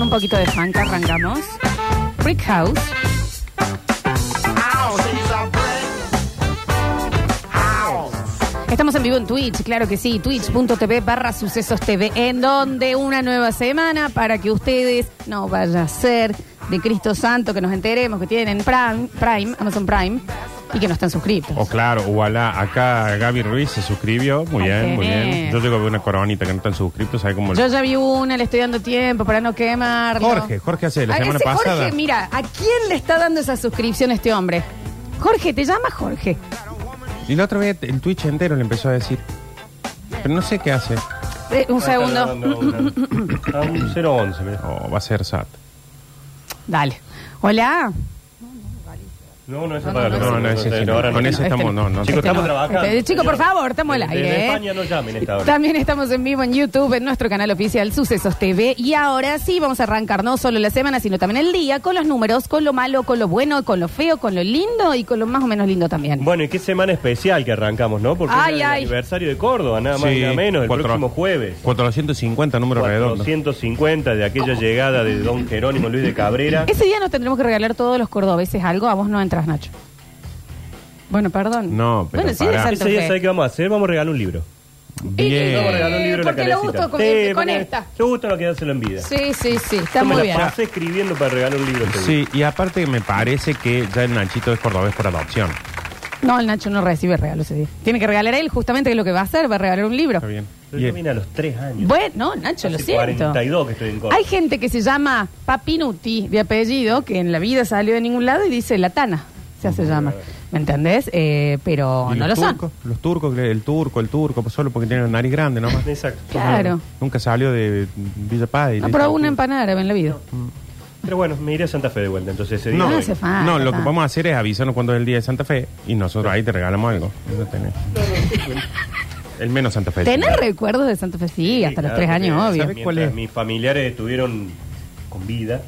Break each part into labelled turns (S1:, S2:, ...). S1: un poquito de funk, arrancamos. Brick House. Estamos en vivo en Twitch, claro que sí, twitch.tv barra sucesos TV, en donde una nueva semana para que ustedes no vaya a ser de Cristo Santo, que nos enteremos que tienen Prime, Prime Amazon Prime, y que no están suscritos.
S2: O claro, voilà, acá Gaby Ruiz se suscribió, muy
S1: Al
S2: bien, muy
S1: tener.
S2: bien. Yo llego a ver una coronita que no están suscritos, ¿sabes cómo? lo-
S1: Yo ya vi una, le estoy dando tiempo para no quemarlo.
S2: Jorge, Jorge hace la
S1: A
S2: semana
S1: ese
S2: pasada.
S1: Jorge, mira, ¿a quién le está dando esa suscripción este hombre? Jorge, te llama Jorge.
S2: Y la otra vez el Twitch entero le empezó a decir, pero no sé qué hace.
S1: Eh, un segundo.
S2: Ah,
S3: A un 011, mira.
S2: Oh, va a ser SAT.
S1: Dale. Hola.
S3: No, no es
S1: No,
S3: raro.
S2: No, no, ese sí, no.
S3: ahora
S2: Con
S3: no.
S1: Este
S2: ese estamos, no, no.
S3: Chicos, estamos trabajando.
S1: Este, chicos, por favor, estamos al
S3: Desde-
S1: aire,
S3: desde
S1: eh.
S3: España no llamen a esta hora.
S1: También estamos en vivo en YouTube, en nuestro canal oficial Sucesos TV. Y ahora sí, vamos a arrancar no solo la semana, sino también el día, con los números, con lo malo, con lo bueno, con lo feo, con lo lindo y con lo más o menos lindo también.
S3: Bueno, y qué semana especial que arrancamos, ¿no? Porque
S1: Ay,
S3: es el
S1: ay.
S3: aniversario de Córdoba, nada más y
S2: Sí,
S3: nada menos, el
S2: cuatro-
S3: próximo jueves.
S2: 450, número redondo.
S3: 450 de aquella
S1: Oh.
S3: llegada de don Jerónimo Luis de Cabrera.
S1: Ese día nos tendremos que regalar todos los cordobeses algo. A vos no entras, Nacho. Bueno, perdón.
S2: No, pero
S1: Bueno, sí, de
S2: pará.
S1: Santa
S3: Ese día,
S1: Fe.
S3: ¿sabes qué vamos a hacer? Vamos a regalar un libro.
S1: Eh,
S3: Vamos a
S2: Bien.
S3: regalar un libro a la
S1: porque lo
S3: Carecita.
S1: gusto con-
S3: Sí,
S1: con
S3: porque
S1: esta.
S3: Lo gusto no quedárselo en vida.
S1: Sí, sí, sí, está
S3: Yo me
S1: muy
S3: la
S1: bien.
S3: pasé escribiendo para regalar un libro. este día.
S2: Sí, y aparte me parece que ya el Nachito es cordobés por adopción.
S1: No, el Nacho no recibe regalos ese día. Tiene que regalar él, justamente que es lo que va a hacer, va a regalar un libro.
S2: Está bien.
S3: Pero yo vine a los 3 años.
S1: Bueno, Nacho, lo
S3: Hace
S1: siento.
S3: 42 que estoy en Córdoba.
S1: Hay gente que se llama Papinuti de apellido, que en la vida salió de ningún lado y dice Latana, se hace llama. ¿Me entendés? Eh, pero
S2: ¿Y
S1: no lo
S2: los
S1: son.
S2: turcos? Los turcos, el turco, el turco, solo porque tienen la nariz grande nomás.
S3: Exacto.
S1: Claro.
S2: Nunca salió de Villa Paz. y
S1: No
S2: de-
S1: probó una empanada árabe en la vida.
S3: Pero bueno, me iré a Santa Fe de vuelta, entonces ese día.
S1: No
S3: voy.
S1: hace falta.
S2: No, lo que
S1: pa.
S2: vamos a hacer es avisarnos cuando es el día de Santa Fe y nosotros ahí te regalamos algo. Eso tenés. El menos Santa Fe.
S1: ¿Tenés recuerdos de Santa Fe? Sí,
S3: Sí,
S1: hasta los
S3: claro,
S1: tres
S3: Ah, porque
S1: años, obvio.
S2: ¿sabes cuál es?
S3: Mis familiares estuvieron con vida.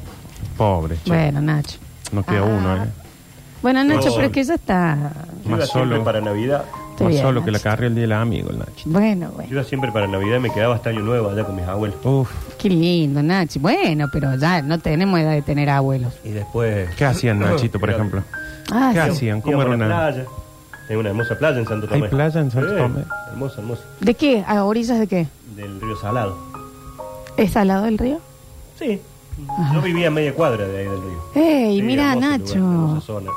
S2: Pobre, che.
S1: Bueno, Nacho.
S2: Nos queda
S1: Ah.
S2: uno, ¿eh?
S1: Bueno, Nacho,
S3: No.
S1: pero es que ya está.
S3: Yo
S2: Más
S3: iba siempre
S2: solo.
S3: para Navidad.
S1: Está
S2: Más
S1: bien,
S2: solo que la
S1: Nacho.
S2: carrió el día del amigo, el Nacho.
S1: Bueno, bueno.
S3: Yo iba siempre para Navidad y me quedaba hasta Año Nuevo allá con mis abuelos.
S2: Uf,
S1: Qué lindo, Nachi. Bueno, pero ya no tenemos edad de tener abuelos.
S3: Y después.
S2: ¿qué hacían Nachito, por
S3: Mira,
S2: ejemplo?
S1: Ah,
S2: ¿Qué
S1: sí.
S2: hacían? ¿Cómo
S3: íbamos
S2: era
S3: a la
S2: una...?
S3: playa. Hay una hermosa playa en Santo
S2: ¿Hay
S3: Tomé.
S2: playa en Santo
S3: Sí,
S2: Tomé?
S3: Hermosa, hermosa.
S1: ¿De qué? ¿A orillas de qué?
S3: Del río Salado.
S1: ¿Es al lado del río?
S3: Sí. Yo vivía a media cuadra de ahí del río.
S1: ¡Ey,
S3: Sí,
S1: mira,
S3: hermoso
S1: Nacho!
S3: lugar, hermosa zona.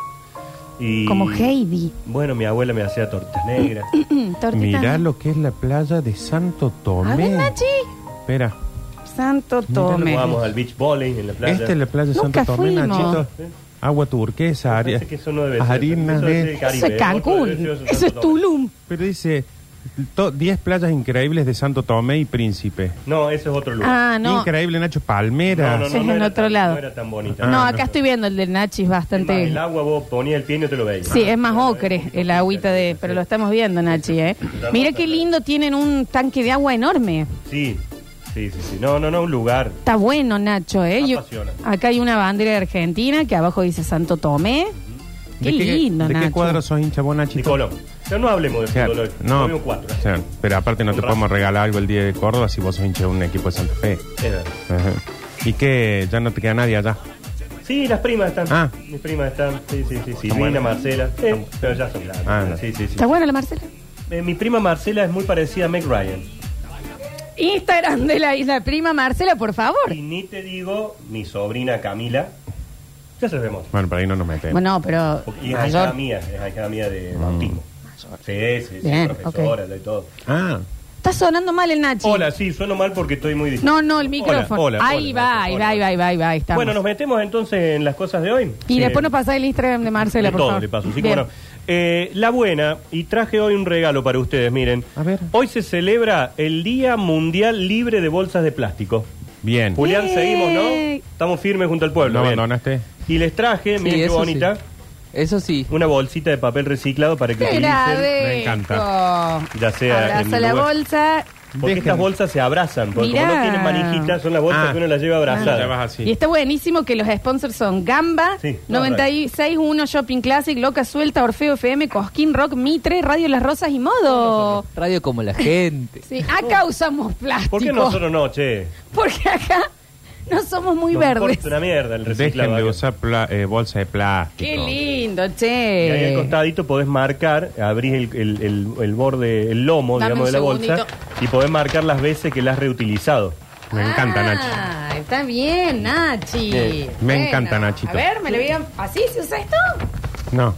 S3: Y-
S1: Como Heidi.
S3: Bueno, mi abuela me hacía tortas negras.
S1: Mm, tortita.
S2: Mirá lo que es la playa de Santo Tomé.
S1: A ver, Nachi.
S2: Espera,
S1: Santo
S3: Nosotros
S1: Tomé.
S3: Jugábamos al beach volley en la playa.
S2: esta Este es la playa de
S1: Nunca
S2: Santo Tomé,
S1: fuimos.
S2: Nachito. Agua turquesa,
S3: Parece
S2: harina
S3: que eso no debe ser.
S2: harinas
S3: Eso
S2: de...
S3: es el Caribe, ¿eh?
S1: Eso es Cancún.
S3: otro debe ser Santo
S1: Eso es
S3: Tomé.
S1: Tulum.
S2: Pero dice to- 10 playas increíbles de Santo Tomé y Príncipe.
S3: No, ese es otro lugar.
S1: Ah, no.
S2: Increíble, Nacho Palmera.
S1: Ese es en
S3: era
S1: otro
S3: tan-
S1: lado.
S3: No era tan bonita.
S1: no,
S2: Ah,
S1: acá estoy viendo el de Nachi, es
S3: Es más,
S1: bastante...
S3: el Ah, agua vos ponías el pie y no te lo veías.
S1: Sí, es más ocre el agüita de... Pero lo estamos viendo, Nachi, ¿eh? Mira qué lindo, tienen un tanque de agua enorme.
S3: Sí, sí, sí, sí. No, no, no, un lugar.
S1: Está bueno, Nacho, ¿eh? Yo-
S3: Apasionante.
S1: acá hay una bandera de Argentina que abajo dice Santo Tomé. Qué
S2: ¿De
S1: lindo,
S2: ¿De
S1: Nacho.
S2: qué cuadro sos hincha vos, Nacho?
S3: De Colón. Ya no hablemos
S2: O
S3: de
S2: sea,
S3: fútbol hoy.
S2: no,
S3: Tuvimos cuatro.
S2: o sea, pero aparte no
S3: Con
S2: te
S3: razón.
S2: podemos regalar algo el día de Córdoba si vos sos hincha de un equipo de Santa Fe.
S3: Es verdad.
S2: Ajá. ¿Y que ya no te queda nadie allá?
S3: Sí, las primas están.
S2: Ah.
S3: Mis primas están. Sí, sí, sí. sí.
S2: buenas.
S3: Marcela. Sí, pero ya son grandes.
S2: Ah, no.
S3: sí, sí, sí.
S1: ¿Está buena la Marcela?
S3: Eh, mi prima Marcela es muy parecida a Meg Ryan.
S1: Instagram de la isla prima Marcela, por favor.
S3: Y ni te digo, mi sobrina Camila. Ya se vemos.
S2: Bueno, para ahí no nos metemos.
S1: Bueno, pero
S3: Y es ahijada
S1: mayor.
S3: mía, es ahijada mía de bautismo. Sí, sí, sí,
S1: Bien,
S3: profesora, de todo.
S2: Ah,
S1: Está sonando mal el Nachi.
S3: Hola, sí, sueno mal porque estoy muy difícil.
S1: No, no, el micrófono.
S3: Hola, hola,
S1: ahí,
S3: hola,
S1: va,
S3: hola,
S1: ahí
S3: hola.
S1: va, ahí va, ahí va, ahí va, ahí estamos.
S3: Bueno, nos metemos entonces en las cosas de hoy.
S1: Y
S3: Eh,
S1: después nos pasa el Instagram de Marcela,
S3: de
S1: por
S3: todo
S1: favor.
S3: le paso. Así que
S1: Bien.
S3: bueno, eh, la buena, y traje hoy un regalo para ustedes, miren.
S2: A ver.
S3: Hoy se celebra el Día Mundial Libre de Bolsas de Plástico.
S2: bien.
S3: Julián,
S1: Bien.
S3: seguimos, ¿no? Estamos firmes junto al pueblo.
S2: ¿No
S3: bien.
S2: abandonaste?
S3: Y les traje, miren qué
S4: eso
S3: bonita,
S4: sí. Eso sí.
S3: una bolsita de papel reciclado para que
S1: Espera,
S3: utilicen.
S1: Beto.
S2: encanta.
S3: Ya sea en
S1: Abraza
S3: un
S1: la
S3: lugar-
S1: bolsa
S3: Porque
S2: Dejen.
S3: estas bolsas se abrazan, porque
S1: Mirá.
S3: como no tienen manijita, son las bolsas
S2: Ah.
S3: que uno las lleva abrazadas.
S2: Ya vas así.
S1: Y está buenísimo que los sponsors son Gamba,
S3: Sí, no,
S1: 961 Shopping Classic, Loca Suelta, Orfeo FM, Cosquín Rock, Mitre, Radio Las Rosas y Modo.
S4: Radio como la gente.
S3: Oh.
S1: Sí, acá usamos plástico.
S3: ¿Por qué nosotros no, che?
S1: Porque acá No somos muy
S3: Nos
S1: verdes.
S3: importa una mierda el
S2: Dejen
S3: reciclado.
S2: de
S3: acá.
S2: usar pla- eh, bolsa de plástico.
S1: Qué lindo,
S3: Y ahí al
S1: che.
S3: costadito podés marcar, abrís el, el- el- el borde, el lomo,
S1: Dame un
S3: digamos, de la bolsa
S1: segundito.
S3: y podés marcar las veces que la has reutilizado.
S2: Me encanta, Nachi.
S1: Ah, Está bien, Nachi.
S2: Bien. Me encanta, Nachito.
S1: A ver, me lo vieron. ¿Así se usa esto?
S2: No,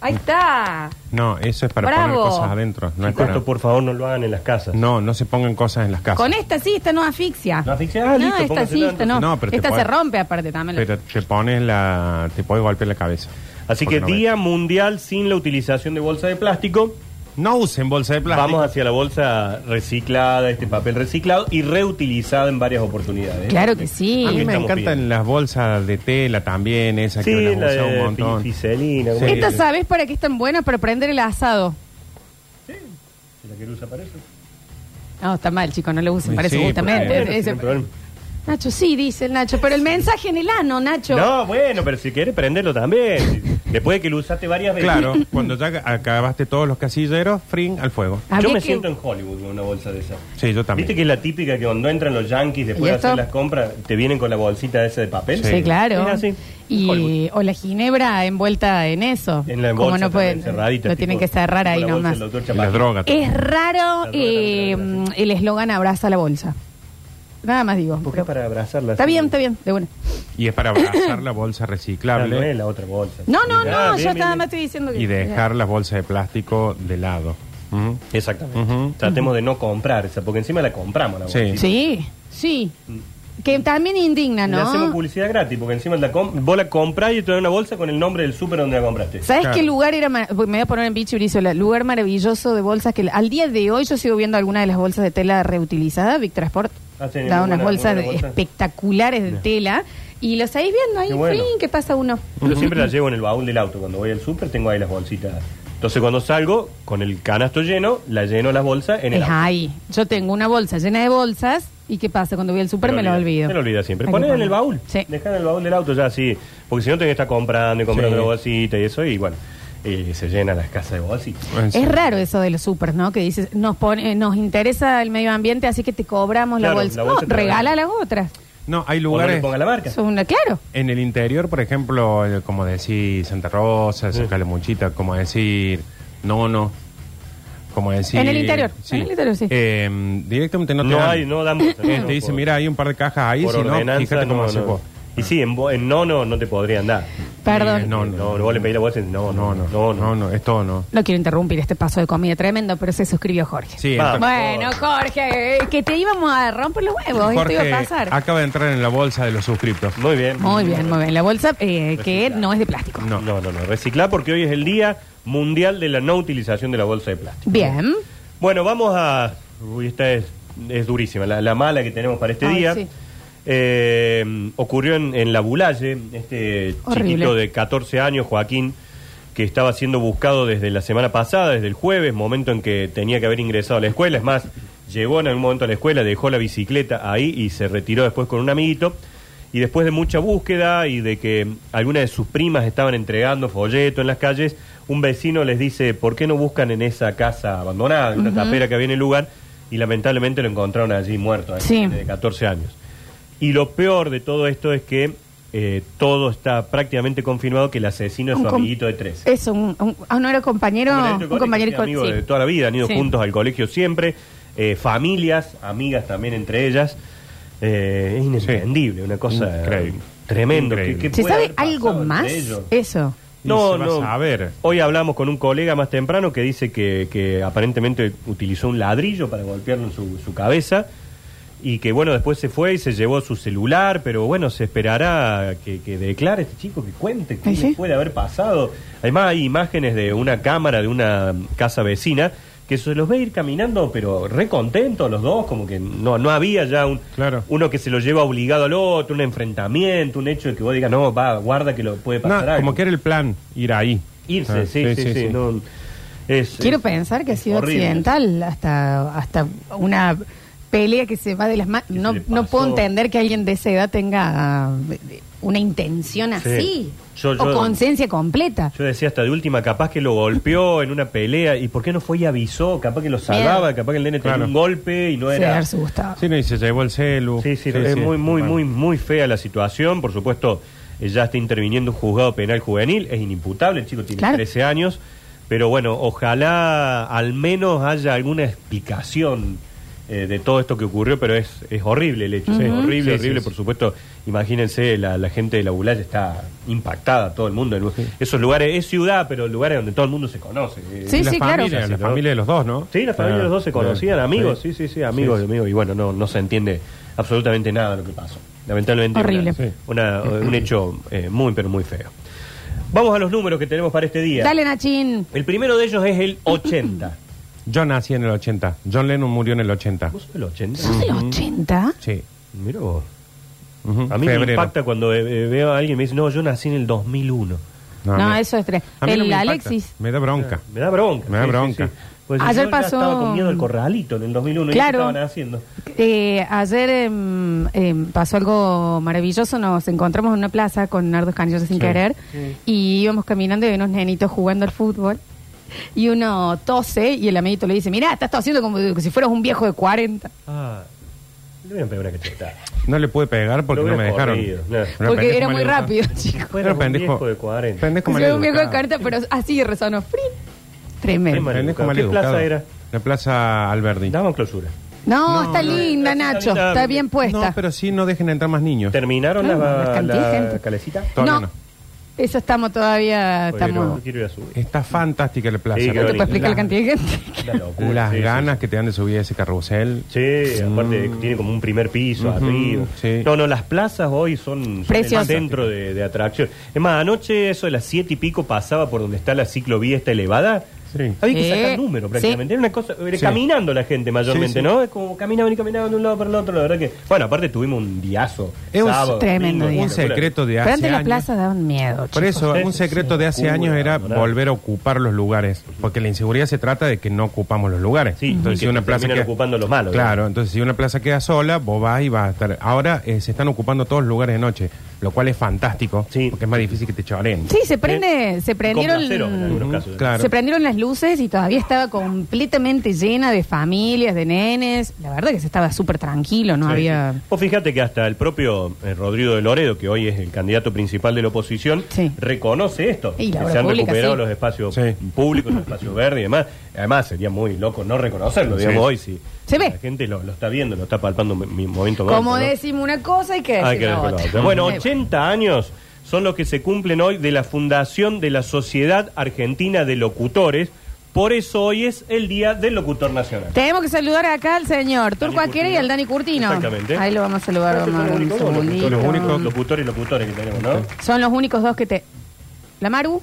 S1: Ahí está.
S2: no, eso es para
S1: Bravo.
S2: poner cosas adentro. No, es
S3: Chicos,
S2: para, Mm.
S3: esto, por favor, no lo hagan en las casas.
S2: no, no se pongan cosas en las casas.
S1: Con esta sí, esta no asfixia.
S3: ¿No asfixia?
S1: no,
S3: Ah, listo,
S1: esta sí,
S3: póngasela
S1: esta no.
S2: No, pero te
S1: esta se
S2: podés-
S1: rompe aparte también.
S2: Pero te pones la. Te puedes golpear la cabeza.
S3: Así
S2: Porque
S3: que
S2: no ves.
S3: Día Mundial sin la utilización de bolsa de plástico.
S2: No usen bolsa de plástico.
S3: Vamos hacia la bolsa reciclada, este papel reciclado y reutilizada en varias oportunidades. ¿eh?
S1: Claro que sí.
S2: A mí
S3: ¿Qué
S2: me
S3: estamos
S2: encantan
S3: pidiendo?
S2: las bolsas de tela también, esas que
S3: Sí,
S2: las
S3: la
S2: usa un
S3: de
S2: montón.
S3: Ficelina.
S2: Sí.
S3: ¿cómo se
S1: esta
S3: llama?
S1: sabes para qué es tan buena para prender el asado.
S3: ¿La que usa para eso?
S1: Eh, No, está mal, chico, no lo usen para
S2: Sí,
S1: eso justamente.
S2: porque-
S3: Bueno,
S1: Ese-
S3: sin problema.
S1: Nacho, sí, dice el Nacho, pero el mensaje en el ano, Nacho.
S3: No, bueno, pero si quieres prenderlo también. Después de que lo usaste varias veces.
S2: Claro, cuando ya acabaste todos los casilleros, fring al fuego.
S1: Habría
S3: Yo me
S1: que-
S3: siento en Hollywood con una bolsa de esa.
S2: Sí, yo también.
S3: ¿Viste que es la típica que cuando entran los yankees después
S1: ¿Y
S3: de
S1: esto?
S3: hacer las compras, te vienen con la bolsita esa de papel?
S1: Sí,
S2: Sí.
S1: claro.
S3: Es así.
S1: Y,
S3: Hollywood.
S1: o la ginebra envuelta en eso.
S3: En la
S1: Como
S3: bolsa
S1: no pueden,
S3: también, cerradita,
S1: lo
S3: tipo-
S1: tienen que cerrar
S3: tipo
S1: ahí
S3: la bolsa
S1: nomás.
S3: del doctor
S2: Y las
S3: Chaparro.
S2: drogas.
S1: Es raro
S3: La droga
S1: eh,
S3: también,
S1: el eslogan abraza la bolsa. Nada más digo.
S3: ¿Por
S1: pero-
S3: qué para abrazarla?
S1: Está
S3: así?
S1: bien, está bien, de buena.
S2: Y es para abrazar la bolsa
S3: Ah, No es
S2: reciclable
S3: la otra bolsa.
S1: No, no,
S3: Ah,
S1: no,
S3: bien,
S1: yo
S3: bien,
S1: nada
S3: bien.
S1: más estoy diciendo que.
S2: y dejar la bolsa de plástico de lado. ¿Mm?
S3: Exactamente.
S2: Ujú.
S3: Tratemos de no comprar esa, porque encima la compramos la
S2: Sí.
S3: bolsita.
S1: Sí, sí. Que también indigna,
S3: Mm. Le hacemos
S1: ¿no?
S3: publicidad gratis, porque encima la com- vos la comprás y te dan una bolsa con el nombre del súper donde la compraste.
S1: ¿Sabes
S2: Claro.
S1: qué lugar era? mar- Me voy a poner en bicho Brizola. Lugar maravilloso de bolsas que al día de hoy yo sigo viendo alguna de las bolsas de tela reutilizada. Vic Transport
S3: Ah, sí,
S1: da
S3: muy
S1: unas
S3: buena,
S1: bolsas
S3: muy
S1: de-
S3: buena bolsa.
S1: espectaculares de tela. Y lo estáis viendo ahí,
S3: Qué bueno.
S1: fin, que pasa uno.
S3: Yo siempre la llevo en el baúl del auto. Cuando voy al súper tengo ahí las bolsitas. Entonces cuando salgo, con el canasto lleno, la lleno las bolsas en el
S1: Es
S3: auto.
S1: ahí. Yo tengo una bolsa llena de bolsas. ¿Y qué pasa? Cuando voy al súper
S3: Te
S1: me lo olvido.
S3: Te lo olvidas siempre.
S1: Hay que
S3: Poner en
S1: poner.
S3: el baúl.
S1: Sí.
S3: Dejá en el baúl del auto ya así. Porque si no tenés que estar comprando y comprando
S2: Sí.
S3: la bolsita y eso. Y bueno, eh, se llenan las casas de bolsitas.
S2: En
S1: Es
S2: serio.
S1: raro eso de los supers, ¿no? Que dices, nos pone, eh, nos interesa el medio ambiente, así que te cobramos
S3: Claro,
S1: la bolsa.
S3: la bolsa
S1: no,
S3: te la
S1: regala las
S3: regalan.
S1: otras.
S2: No, hay
S3: O no le
S2: lugares
S3: ponga la marca.
S1: Eso es una, claro.
S2: en el interior, por ejemplo, eh, como decir Santa Rosa,
S3: Sí.
S2: Sacalemuchita, como decir Nono, como decir...
S1: En el interior, en el interior, sí.
S2: Eh, directamente no
S3: No,
S2: te dan.
S3: hay, no dan bolsas.
S2: Eh,
S3: no,
S2: te dice,
S3: por-
S2: mira, hay un par de cajas ahí,
S3: por
S2: si no,
S3: ordenanza,
S2: fíjate cómo
S3: no,
S2: haces
S3: no.
S2: vos.
S3: Y sí, en, bo- en no, no, no te podrían dar.
S1: Perdón.
S2: Eh,
S1: no.
S2: no,
S3: No, vos le pedís la bolsa y no, no, no, no.
S2: esto no.
S1: quiero interrumpir este paso de comida tremendo, pero se suscribió Jorge.
S2: Sí,
S3: Vamos.
S2: entonces,
S1: Bueno, Jorge, eh, que te íbamos a romper los huevos, esto
S2: Jorge
S1: iba a pasar.
S3: ah.
S2: acaba de entrar en la bolsa de los suscriptos.
S3: Muy bien.
S1: Muy bien, muy bien. La bolsa eh, que
S3: Recicla.
S1: no es de plástico.
S2: No.
S3: No, no, no, reciclar porque hoy es el Día Mundial de la No Utilización de la Bolsa de Plástico.
S1: Bien.
S3: Bueno, vamos a... Uy, esta es, es durísima, la, la mala que tenemos para este
S1: Ay,
S3: día.
S1: sí.
S3: Eh, ocurrió en, en La Bulalle, este
S1: Horrible.
S3: chiquito de 14 años, Joaquín, que estaba siendo buscado desde la semana pasada, desde el jueves, momento en que tenía que haber ingresado a la escuela. Es más, llegó en algún momento a la escuela, dejó la bicicleta ahí y se retiró después con un amiguito. Y después de mucha búsqueda y de que algunas de sus primas estaban entregando folletos en las calles, un vecino les dice, ¿por qué no buscan en esa casa abandonada, en una tapera que había en el lugar? Y lamentablemente lo encontraron allí muerto, ahí,
S1: Sí.
S3: de 14 años. Y lo peor de todo esto es que eh, todo está prácticamente confirmado que el asesino es
S1: Un
S3: su
S1: com-
S3: amiguito de 13.
S1: Eso, un, un- ah, no era compañero,
S3: Un
S1: un
S3: colegio de
S1: compañero
S3: colegio,
S1: co-
S3: amigos
S1: sí.
S3: de toda la vida, han ido
S1: Sí.
S3: juntos al colegio siempre, eh, familias, amigas también entre ellas. Eh, es inentendible, una cosa
S2: Increíble.
S3: tremendo.
S2: Increíble.
S3: ¿Qué- qué
S1: ¿Se
S3: puede
S1: sabe
S3: haber pasado
S1: algo
S3: entre
S1: más?
S3: ellos?
S1: Eso.
S2: Y
S3: No,
S2: se va a
S3: no.
S2: saber.
S3: Hoy hablamos con un colega más temprano que dice que, que aparentemente utilizó un ladrillo para golpearlo en su, su cabeza y que bueno, después se fue y se llevó su celular, pero bueno, se esperará que, que declare este chico, que cuente qué
S1: Ay, sí.
S3: le puede haber pasado. Además hay imágenes de una cámara de una casa vecina que se los ve ir caminando, pero re contentos los dos, como que no, no había ya un,
S2: Claro.
S3: uno que se lo lleva obligado al otro, un enfrentamiento, un hecho de que vos digas, no, va, guarda que lo puede
S2: No,
S3: pasar algo.
S2: como que era el plan, ir ahí.
S3: Irse,
S2: Ah,
S3: sí, sí, sí. no, es-
S1: Quiero
S3: es
S1: pensar que ha sido
S3: horrible.
S1: accidental hasta, hasta una pelea que se va de las manos.
S3: se
S1: No,
S3: le
S1: no puedo
S3: pasó.
S1: entender que alguien de esa edad tenga ah, una intención así.
S3: Yo-
S1: o
S3: yo-
S1: conciencia completa.
S3: Yo decía hasta de última, capaz que lo golpeó en una pelea. ¿Y por qué no fue y avisó? Capaz que lo salvaba,
S1: Bien.
S3: capaz que el nene tenía
S2: Claro.
S3: un golpe y no
S1: Se
S3: era.
S1: haber asustado.
S2: Sí, no, y se llevó el celu.
S3: Sí, sí, es muy, muy,
S2: Bueno.
S3: muy, muy fea la situación. Por supuesto, eh, ya está interviniendo un juzgado penal juvenil, es inimputable, el chico tiene
S1: Claro.
S3: 13 años. Pero bueno, ojalá al menos haya alguna explicación eh, de todo esto que ocurrió, pero es, es horrible el hecho, es horrible,
S2: Sí, sí,
S3: horrible,
S2: sí.
S3: por supuesto. Imagínense, la, la gente de la Bulaya está impactada, todo el mundo. El- Esos lugares, es ciudad, pero lugares donde todo el mundo se conoce. eh,
S1: Sí,
S2: Y la
S1: sí, claro.
S2: familia, La familia de los dos, ¿no?
S3: Sí, la familia de los dos se
S2: Claro.
S3: conocían, amigos, sí,
S2: Ah, Sí.
S3: sí, sí, amigos,
S2: Sí.
S3: amigos. Y bueno, no, no se entiende absolutamente nada de lo que pasó. Lamentablemente,
S1: Horrible.
S3: una- una- un hecho eh, muy, pero muy feo. Vamos a los números que tenemos para este día.
S1: Dale, Nachín.
S3: El primero de ellos es el 80.
S2: Yo nací en el 80. John Lennon murió en el 80.
S3: ¿Vos sos el 80?
S1: ¿Sos del 80?
S2: Sí.
S3: Mira vos.
S2: Ujú,
S3: A mí me
S2: febrero.
S3: impacta cuando eh, eh, veo a alguien y me dice, no, yo nací en el 2001.
S1: No,
S2: a mí-
S1: eso es tres.
S2: a mí no
S1: El
S2: me impacta.
S1: Alexis.
S2: Me da bronca.
S3: Me da bronca.
S2: Me da bronca.
S3: Pues, yo
S1: Ayer
S3: ya
S1: pasó-
S3: Estaba con miedo del corralito en el 2001. ¿Y qué
S1: Claro.
S3: estaban haciendo?
S1: Eh, ayer em, em, pasó algo maravilloso. Nos encontramos en una plaza con Nardo Canillos sin querer y íbamos caminando y había unos nenitos jugando al fútbol. Y uno tose y el amiguito le dice: Mirá, estás tosiendo como si fueras un viejo de 40.
S3: Ah, le voy a pegar una cachetada.
S2: No le pude pegar porque
S3: Lo
S2: no me
S3: hubiera
S2: dejaron.
S3: corrido, claro.
S2: Era
S1: Porque
S2: pendejo
S1: era muy
S2: maleducado.
S1: rápido, chico.
S3: Fuera
S2: Era
S3: un
S2: pendejo.
S3: viejo de 40.
S1: Soy
S2: Pendejo
S1: un viejo de 40,
S2: maleducado.
S1: pero así resonó. ¡Frin! Tremendo.
S3: Tremendo.
S2: Pendejo
S3: ¿Qué
S2: maleducado.
S3: plaza era?
S2: La plaza Alberdi.
S3: Daban clausura.
S2: Pues-
S1: No, está
S3: no,
S1: linda,
S3: está
S1: Nacho.
S3: linda.
S1: Está bien puesta.
S2: No, pero sí no dejen entrar más niños.
S3: ¿Terminaron
S1: Claro,
S3: la,
S1: la cantidad
S3: la
S1: de Ah, gente.
S3: calecita?
S2: Todavía
S1: No,
S2: no.
S1: Eso estamos todavía.
S3: Pero
S1: Estamos,
S3: yo quiero ir a subir.
S2: Está fantástica la plaza.
S3: Sí,
S1: no
S3: qué
S1: te puedo
S3: bonito.
S1: explicar la cantidad de gente.
S3: Una locura,
S2: Las
S3: sí, sí,
S2: ganas
S3: sí.
S2: que te dan de subir a ese carrusel.
S3: Sí, aparte tiene como un primer piso
S2: Ujú,
S3: arriba.
S2: sí.
S3: No, no, las plazas hoy son, son el
S1: Preciosas.
S3: centro de, de atracción. Es más, anoche eso de las siete y pico pasaba por donde está la ciclovía esta elevada.
S2: Sí.
S3: Había que
S1: Eh, Sí.
S3: sacar número prácticamente. Era una cosa, era
S2: Sí.
S3: caminando la gente mayormente,
S2: Sí, sí.
S3: ¿no? Es como caminaban y caminaban de un lado para el otro, la verdad que. Bueno, aparte tuvimos un diazo.
S2: Es un
S3: sábado,
S1: tremendo
S3: domingo,
S1: día.
S2: Un
S3: una locura.
S2: secreto de hace
S1: Pero antes las
S2: años.
S1: plazas daban miedo.
S2: Por
S1: chicos.
S2: eso,
S3: Sí,
S2: un
S3: sí,
S2: secreto
S3: sí.
S2: de hace
S3: Locura,
S2: años era
S3: ¿verdad?
S2: volver a ocupar los lugares, porque la inseguridad se trata de que no ocupamos los lugares.
S3: Sí, y
S2: entonces
S3: que
S2: si una
S3: te
S2: plaza
S3: terminan
S2: queda,
S3: ocupando los malos,
S2: Claro,
S3: digamos.
S2: entonces si una plaza queda sola, vos vas y vas a estar. Ahora eh, se están ocupando todos los lugares de noche, lo cual es fantástico,
S3: Sí.
S2: porque es más difícil que te choren.
S1: Sí, se prende, se prendieron.
S3: eh, Con placeros, en algunos
S2: Ujú,
S3: casos. ¿eh?
S2: claro.
S1: Se prendieron las luces y todavía estaba completamente llena de familias, de nenes. La verdad que se estaba súper tranquilo, no
S3: Sí.
S1: había.
S3: Vos fíjate que hasta el propio eh, Rodrigo de Loredo, que hoy es el candidato principal de la oposición,
S1: Sí.
S3: reconoce esto.
S1: Y la
S3: que
S1: obra
S3: se han
S1: pública,
S3: recuperado
S1: sí.
S3: los espacios
S2: Sí.
S3: públicos, los espacios verdes y demás. Además, sería muy loco no reconocerlo, digamos,
S2: Sí.
S3: hoy sí.
S1: Se ve.
S3: La gente lo, lo está viendo, lo está palpando mi- mi momento.
S1: Como
S3: momento, ¿no?
S1: decimos una cosa, hay que decir
S3: Hay que
S1: la
S3: ver con la
S1: otra.
S3: otra. Bueno,
S1: Eh,
S3: 80 años son los que se cumplen hoy de la fundación de la Sociedad Argentina de Locutores. Por eso hoy es el Día del Locutor Nacional.
S1: Tenemos que saludar acá al señor Turco Aquere y
S3: Curtino.
S1: al Dani Curtino.
S3: Exactamente.
S1: Ahí lo vamos a saludar.
S3: Estos
S1: vamos a
S3: son
S1: ver
S3: los
S1: un
S3: únicos dos
S1: segundito.
S3: locutores,
S2: Los únicos
S3: locutores y locutores que tenemos, ¿no?
S1: Son los únicos dos que te. ¿La Maru?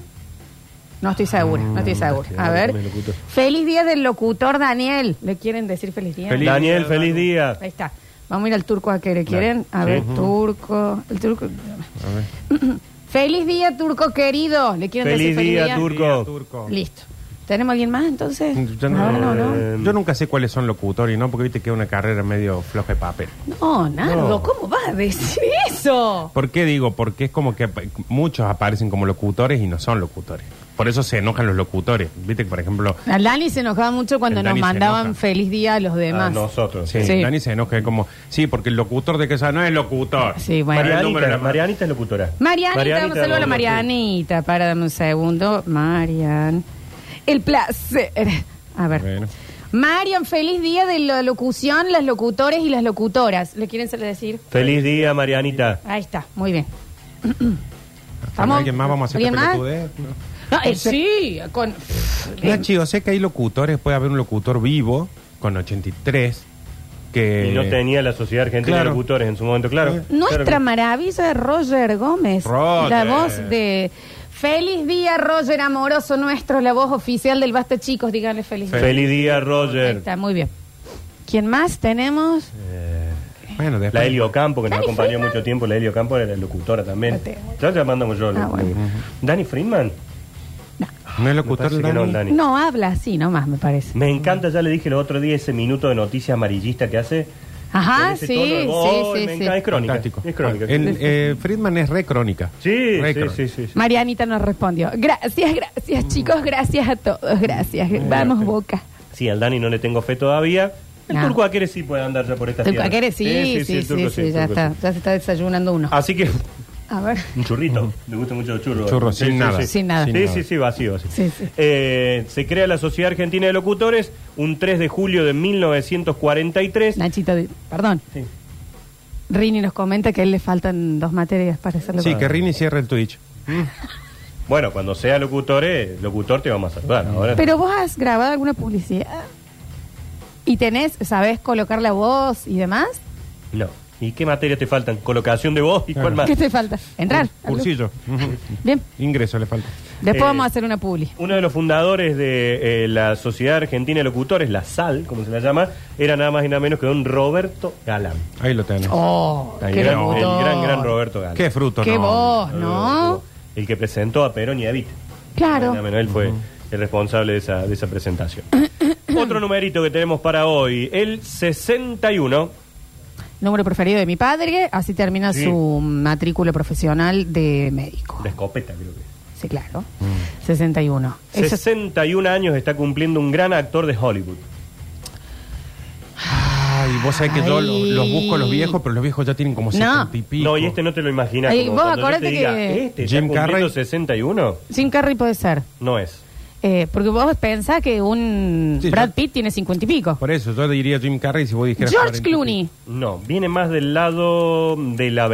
S1: No estoy segura, no
S2: Ah,
S1: estoy segura. A ver.
S3: también locutor.
S1: Feliz día del locutor Daniel. ¿Le quieren decir feliz día?
S2: Feliz
S3: Daniel, feliz día.
S1: Ahí está. Vamos a ir al turco a que le quieren. A
S3: Sí.
S1: ver, turco. El turco.
S2: A ver.
S1: Feliz día, turco querido. ¿Le quieren decir
S3: Feliz
S1: feliz
S3: día,
S1: día?
S3: Turco.
S2: Turco.
S1: Listo. ¿Tenemos alguien más entonces?
S2: Yo, no-
S1: no, no, no.
S3: Eh,
S2: yo nunca sé cuáles son locutores, ¿no? Porque viste que es una carrera medio floja de papel.
S1: No, Nardo,
S2: No.
S1: ¿cómo vas a decir eso?
S2: ¿Por qué digo? Porque es como que ap- muchos aparecen como locutores y no son locutores. Por eso se enojan los locutores. Viste que, por ejemplo,
S1: A Dani se enojaba mucho cuando
S2: El
S1: nos
S2: Dani se
S1: mandaban
S2: enoja.
S1: feliz día a los demás.
S3: A nosotros.
S2: Sí,
S1: Sí.
S2: Dani se enoja, es como, sí, porque el locutor de que esa no es locutor.
S1: Sí, bueno.
S2: Pero el número
S3: Marianita,
S2: era-
S3: Marianita es locutora.
S1: Marianita, vamos a saludar a la
S3: vamos
S1: Marianita. Para dame un segundo. Marian. El placer. A ver.
S2: Bueno.
S1: Marian, feliz día de la locución, las locutores y las locutoras. ¿Le quieren sal- decir?
S3: Feliz día, Marianita.
S1: Ahí está, muy bien.
S2: ¿Con ¿Alguien más vamos a hacer
S1: ¿Alguien más?
S2: pelotudez?
S1: No, eh, sí, con.
S2: No, chico, sé que hay locutores, puede haber un locutor vivo con 83 que...
S3: Y no tenía la Sociedad Argentina
S2: Claro.
S3: de Locutores en su momento, claro.
S1: Nuestra
S3: Claro que-
S1: maravilla Roger Gómez.
S2: Roger.
S1: La voz de. Feliz día, Roger Amoroso nuestro, la voz oficial del Basta Chicos. Díganle feliz día.
S3: Feliz día,
S1: Ahí
S3: Roger.
S1: está, muy bien. ¿Quién más tenemos?
S2: Bueno, después...
S3: La Helio Campo, que nos
S1: Dani
S3: acompañó
S1: Friedman.
S3: mucho tiempo. La Helio Campo era locutora también.
S1: Lo tengo.
S3: Ya la mandamos yo.
S1: Ah, bueno.
S3: Dani Friedman.
S2: No es
S3: Me
S2: locutor
S3: parece
S2: el
S3: que no,
S2: Dani.
S3: Dani.
S1: No habla así nomás, me parece.
S3: Me encanta, ya le dije el otro día, ese minuto de noticias amarillista que hace.
S1: Ajá,
S3: con ese
S1: Ah, sí,
S3: tono de voz,
S1: sí, sí,
S3: me
S1: sí.
S3: encanta. Es crónica.
S2: Fantástico.
S3: Es crónica.
S2: El, eh, Friedman es re crónica.
S3: Sí,
S2: Re
S3: sí,
S2: crónica.
S3: sí, sí, sí.
S1: Marianita nos respondió. Gracias,
S3: Mm.
S1: gracias, chicos, gracias a todos, gracias. Vamos,
S3: gracias.
S1: Boca.
S3: Sí, al Dani no le tengo fe todavía. El
S1: No.
S3: turco Aqueres sí puede andar ya por esta
S1: ¿Te querés? Sí, sí, sí,
S3: el turco
S1: sí,
S3: el
S1: ya
S3: turco
S1: está,
S3: sí. Ah.
S1: ya se está desayunando uno.
S3: Así que,
S1: A ver.
S3: un churrito. Me gusta mucho los churros.
S2: Churros, sin nada.
S1: Sin nada.
S3: Sí, sí, sí, vacío. así.
S1: Sí, sí.
S3: Eh, se crea la Sociedad Argentina de Locutores un 3 de julio de 1943.
S1: Nachito, di- perdón.
S3: Sí.
S1: Rini nos comenta que a él le faltan dos materias para hacerlo.
S2: Sí, que Rini cierre el Twitch.
S3: Bueno, cuando sea locutor, eh, locutor te vamos a saludar. Ahora
S1: Pero vos has grabado alguna publicidad y tenés, sabés colocar la voz y demás.
S3: no. ¿Y qué materia te faltan? Colocación de voz y cuál más.
S1: ¿Qué te falta? Entrar.
S2: Cursillo. Ujú.
S1: Bien.
S2: Ingreso le falta.
S1: Después
S3: Eh,
S1: vamos a hacer una publi.
S3: Uno de los fundadores de eh, la Sociedad Argentina de Locutores, la SAL, como se la llama, era nada más y nada menos que don Roberto Galán.
S2: Ahí lo tenemos.
S1: Oh,
S3: El
S1: qué
S3: gran, el
S1: locutor.
S3: gran, gran Roberto Galán.
S2: Qué fruto,
S1: Qué
S2: no.
S1: voz, ¿no?
S3: El que presentó a Perón y a Evita.
S1: Claro.
S3: Nada menos, él fue el responsable de esa, de esa presentación. Otro numerito que tenemos para hoy, el 61.
S1: Número preferido de mi padre, así termina
S3: Sí.
S1: su matrícula profesional de médico.
S3: De escopeta, creo que.
S1: Sí, claro. 61.
S3: es.
S1: Eso-
S3: 61 años está cumpliendo un gran actor de Hollywood.
S2: Ay, vos sabés que yo lo-
S1: Ay.
S2: los busco los viejos, pero los viejos ya tienen
S1: No.
S2: como 70 y pico.
S3: No, y este no te lo imaginas.
S1: Ay,
S3: como
S1: vos
S3: cuando yo te
S1: acordate
S3: diga,
S1: que-
S3: ¿Este
S2: Jim
S3: está cumpliendo
S2: Carrey.
S3: 61?
S1: Jim Carrey puede ser.
S3: No es.
S1: Eh, porque vos pensás que un
S2: Sí,
S1: Brad
S2: yo-
S1: Pitt tiene cincuenta y pico.
S2: Por eso, yo le diría Jim Carrey si vos dijeras...
S1: George
S2: 40 y
S1: Clooney.
S3: No, viene más del lado de la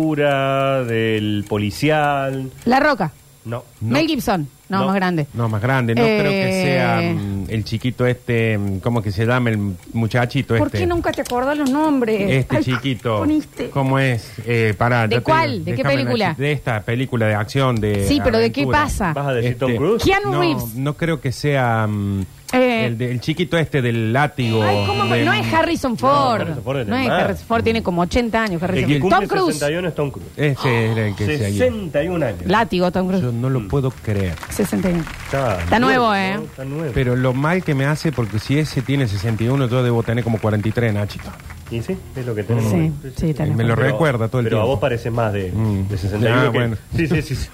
S3: aventura, del policial.
S1: La Roca.
S3: No.
S1: Mel Gibson. No,
S3: No.
S1: más grande.
S2: No, más grande. No creo que
S1: Eh.
S2: sea mm, el chiquito este, mm, ¿cómo que se llama? El muchachito
S1: ¿Por
S2: este.
S1: qué nunca te acordás los nombres?
S2: Este
S1: Ay,
S2: chiquito.
S1: poniste.
S2: ¿Cómo es? Eh, pará,
S1: ¿De
S2: yo te-
S1: cuál? ¿De qué
S2: déjame
S1: película?
S2: decir- De esta película de acción, de
S1: Sí, pero ¿de qué
S2: aventura. Este,
S1: pasa?
S3: ¿Vas a decir Tom Cruise?
S1: Keanu
S2: no,
S1: Reeves.
S2: No creo que sea mm,
S1: Eh.
S2: el, de- el chiquito este del látigo.
S1: Ay, ¿cómo me-
S2: del-
S1: No es Harrison Ford.
S3: Harrison Ford es
S1: no es
S3: más.
S1: Harrison Ford, tiene como 80 años.
S3: El
S1: Harrison
S3: que
S1: Ford. Tom
S3: cumple
S1: Cruise. Eh,
S3: 61 es Tom Cruise.
S2: Ese era este el
S3: Ah,
S2: que se halló.
S3: 61 años.
S1: Látigo, Tom Cruise.
S2: Yo no
S3: Mm.
S2: lo puedo creer.
S1: 61.
S3: Está,
S1: Está nuevo, ¿eh?
S3: ¿no? Está nuevo.
S2: Pero lo mal que me hace, porque si ese tiene 61, yo debo tener como 43, Nachito.
S3: y sí, es lo que tenemos.
S1: Sí,
S3: hoy.
S1: sí, tenés
S2: Me lo
S3: Pero-
S2: recuerda todo el
S3: Pero a
S2: tiempo.
S3: vos pareces más de,
S2: Mm.
S3: de 61.
S2: Ah,
S3: que-
S2: bueno.
S3: Sí, sí, sí. sí.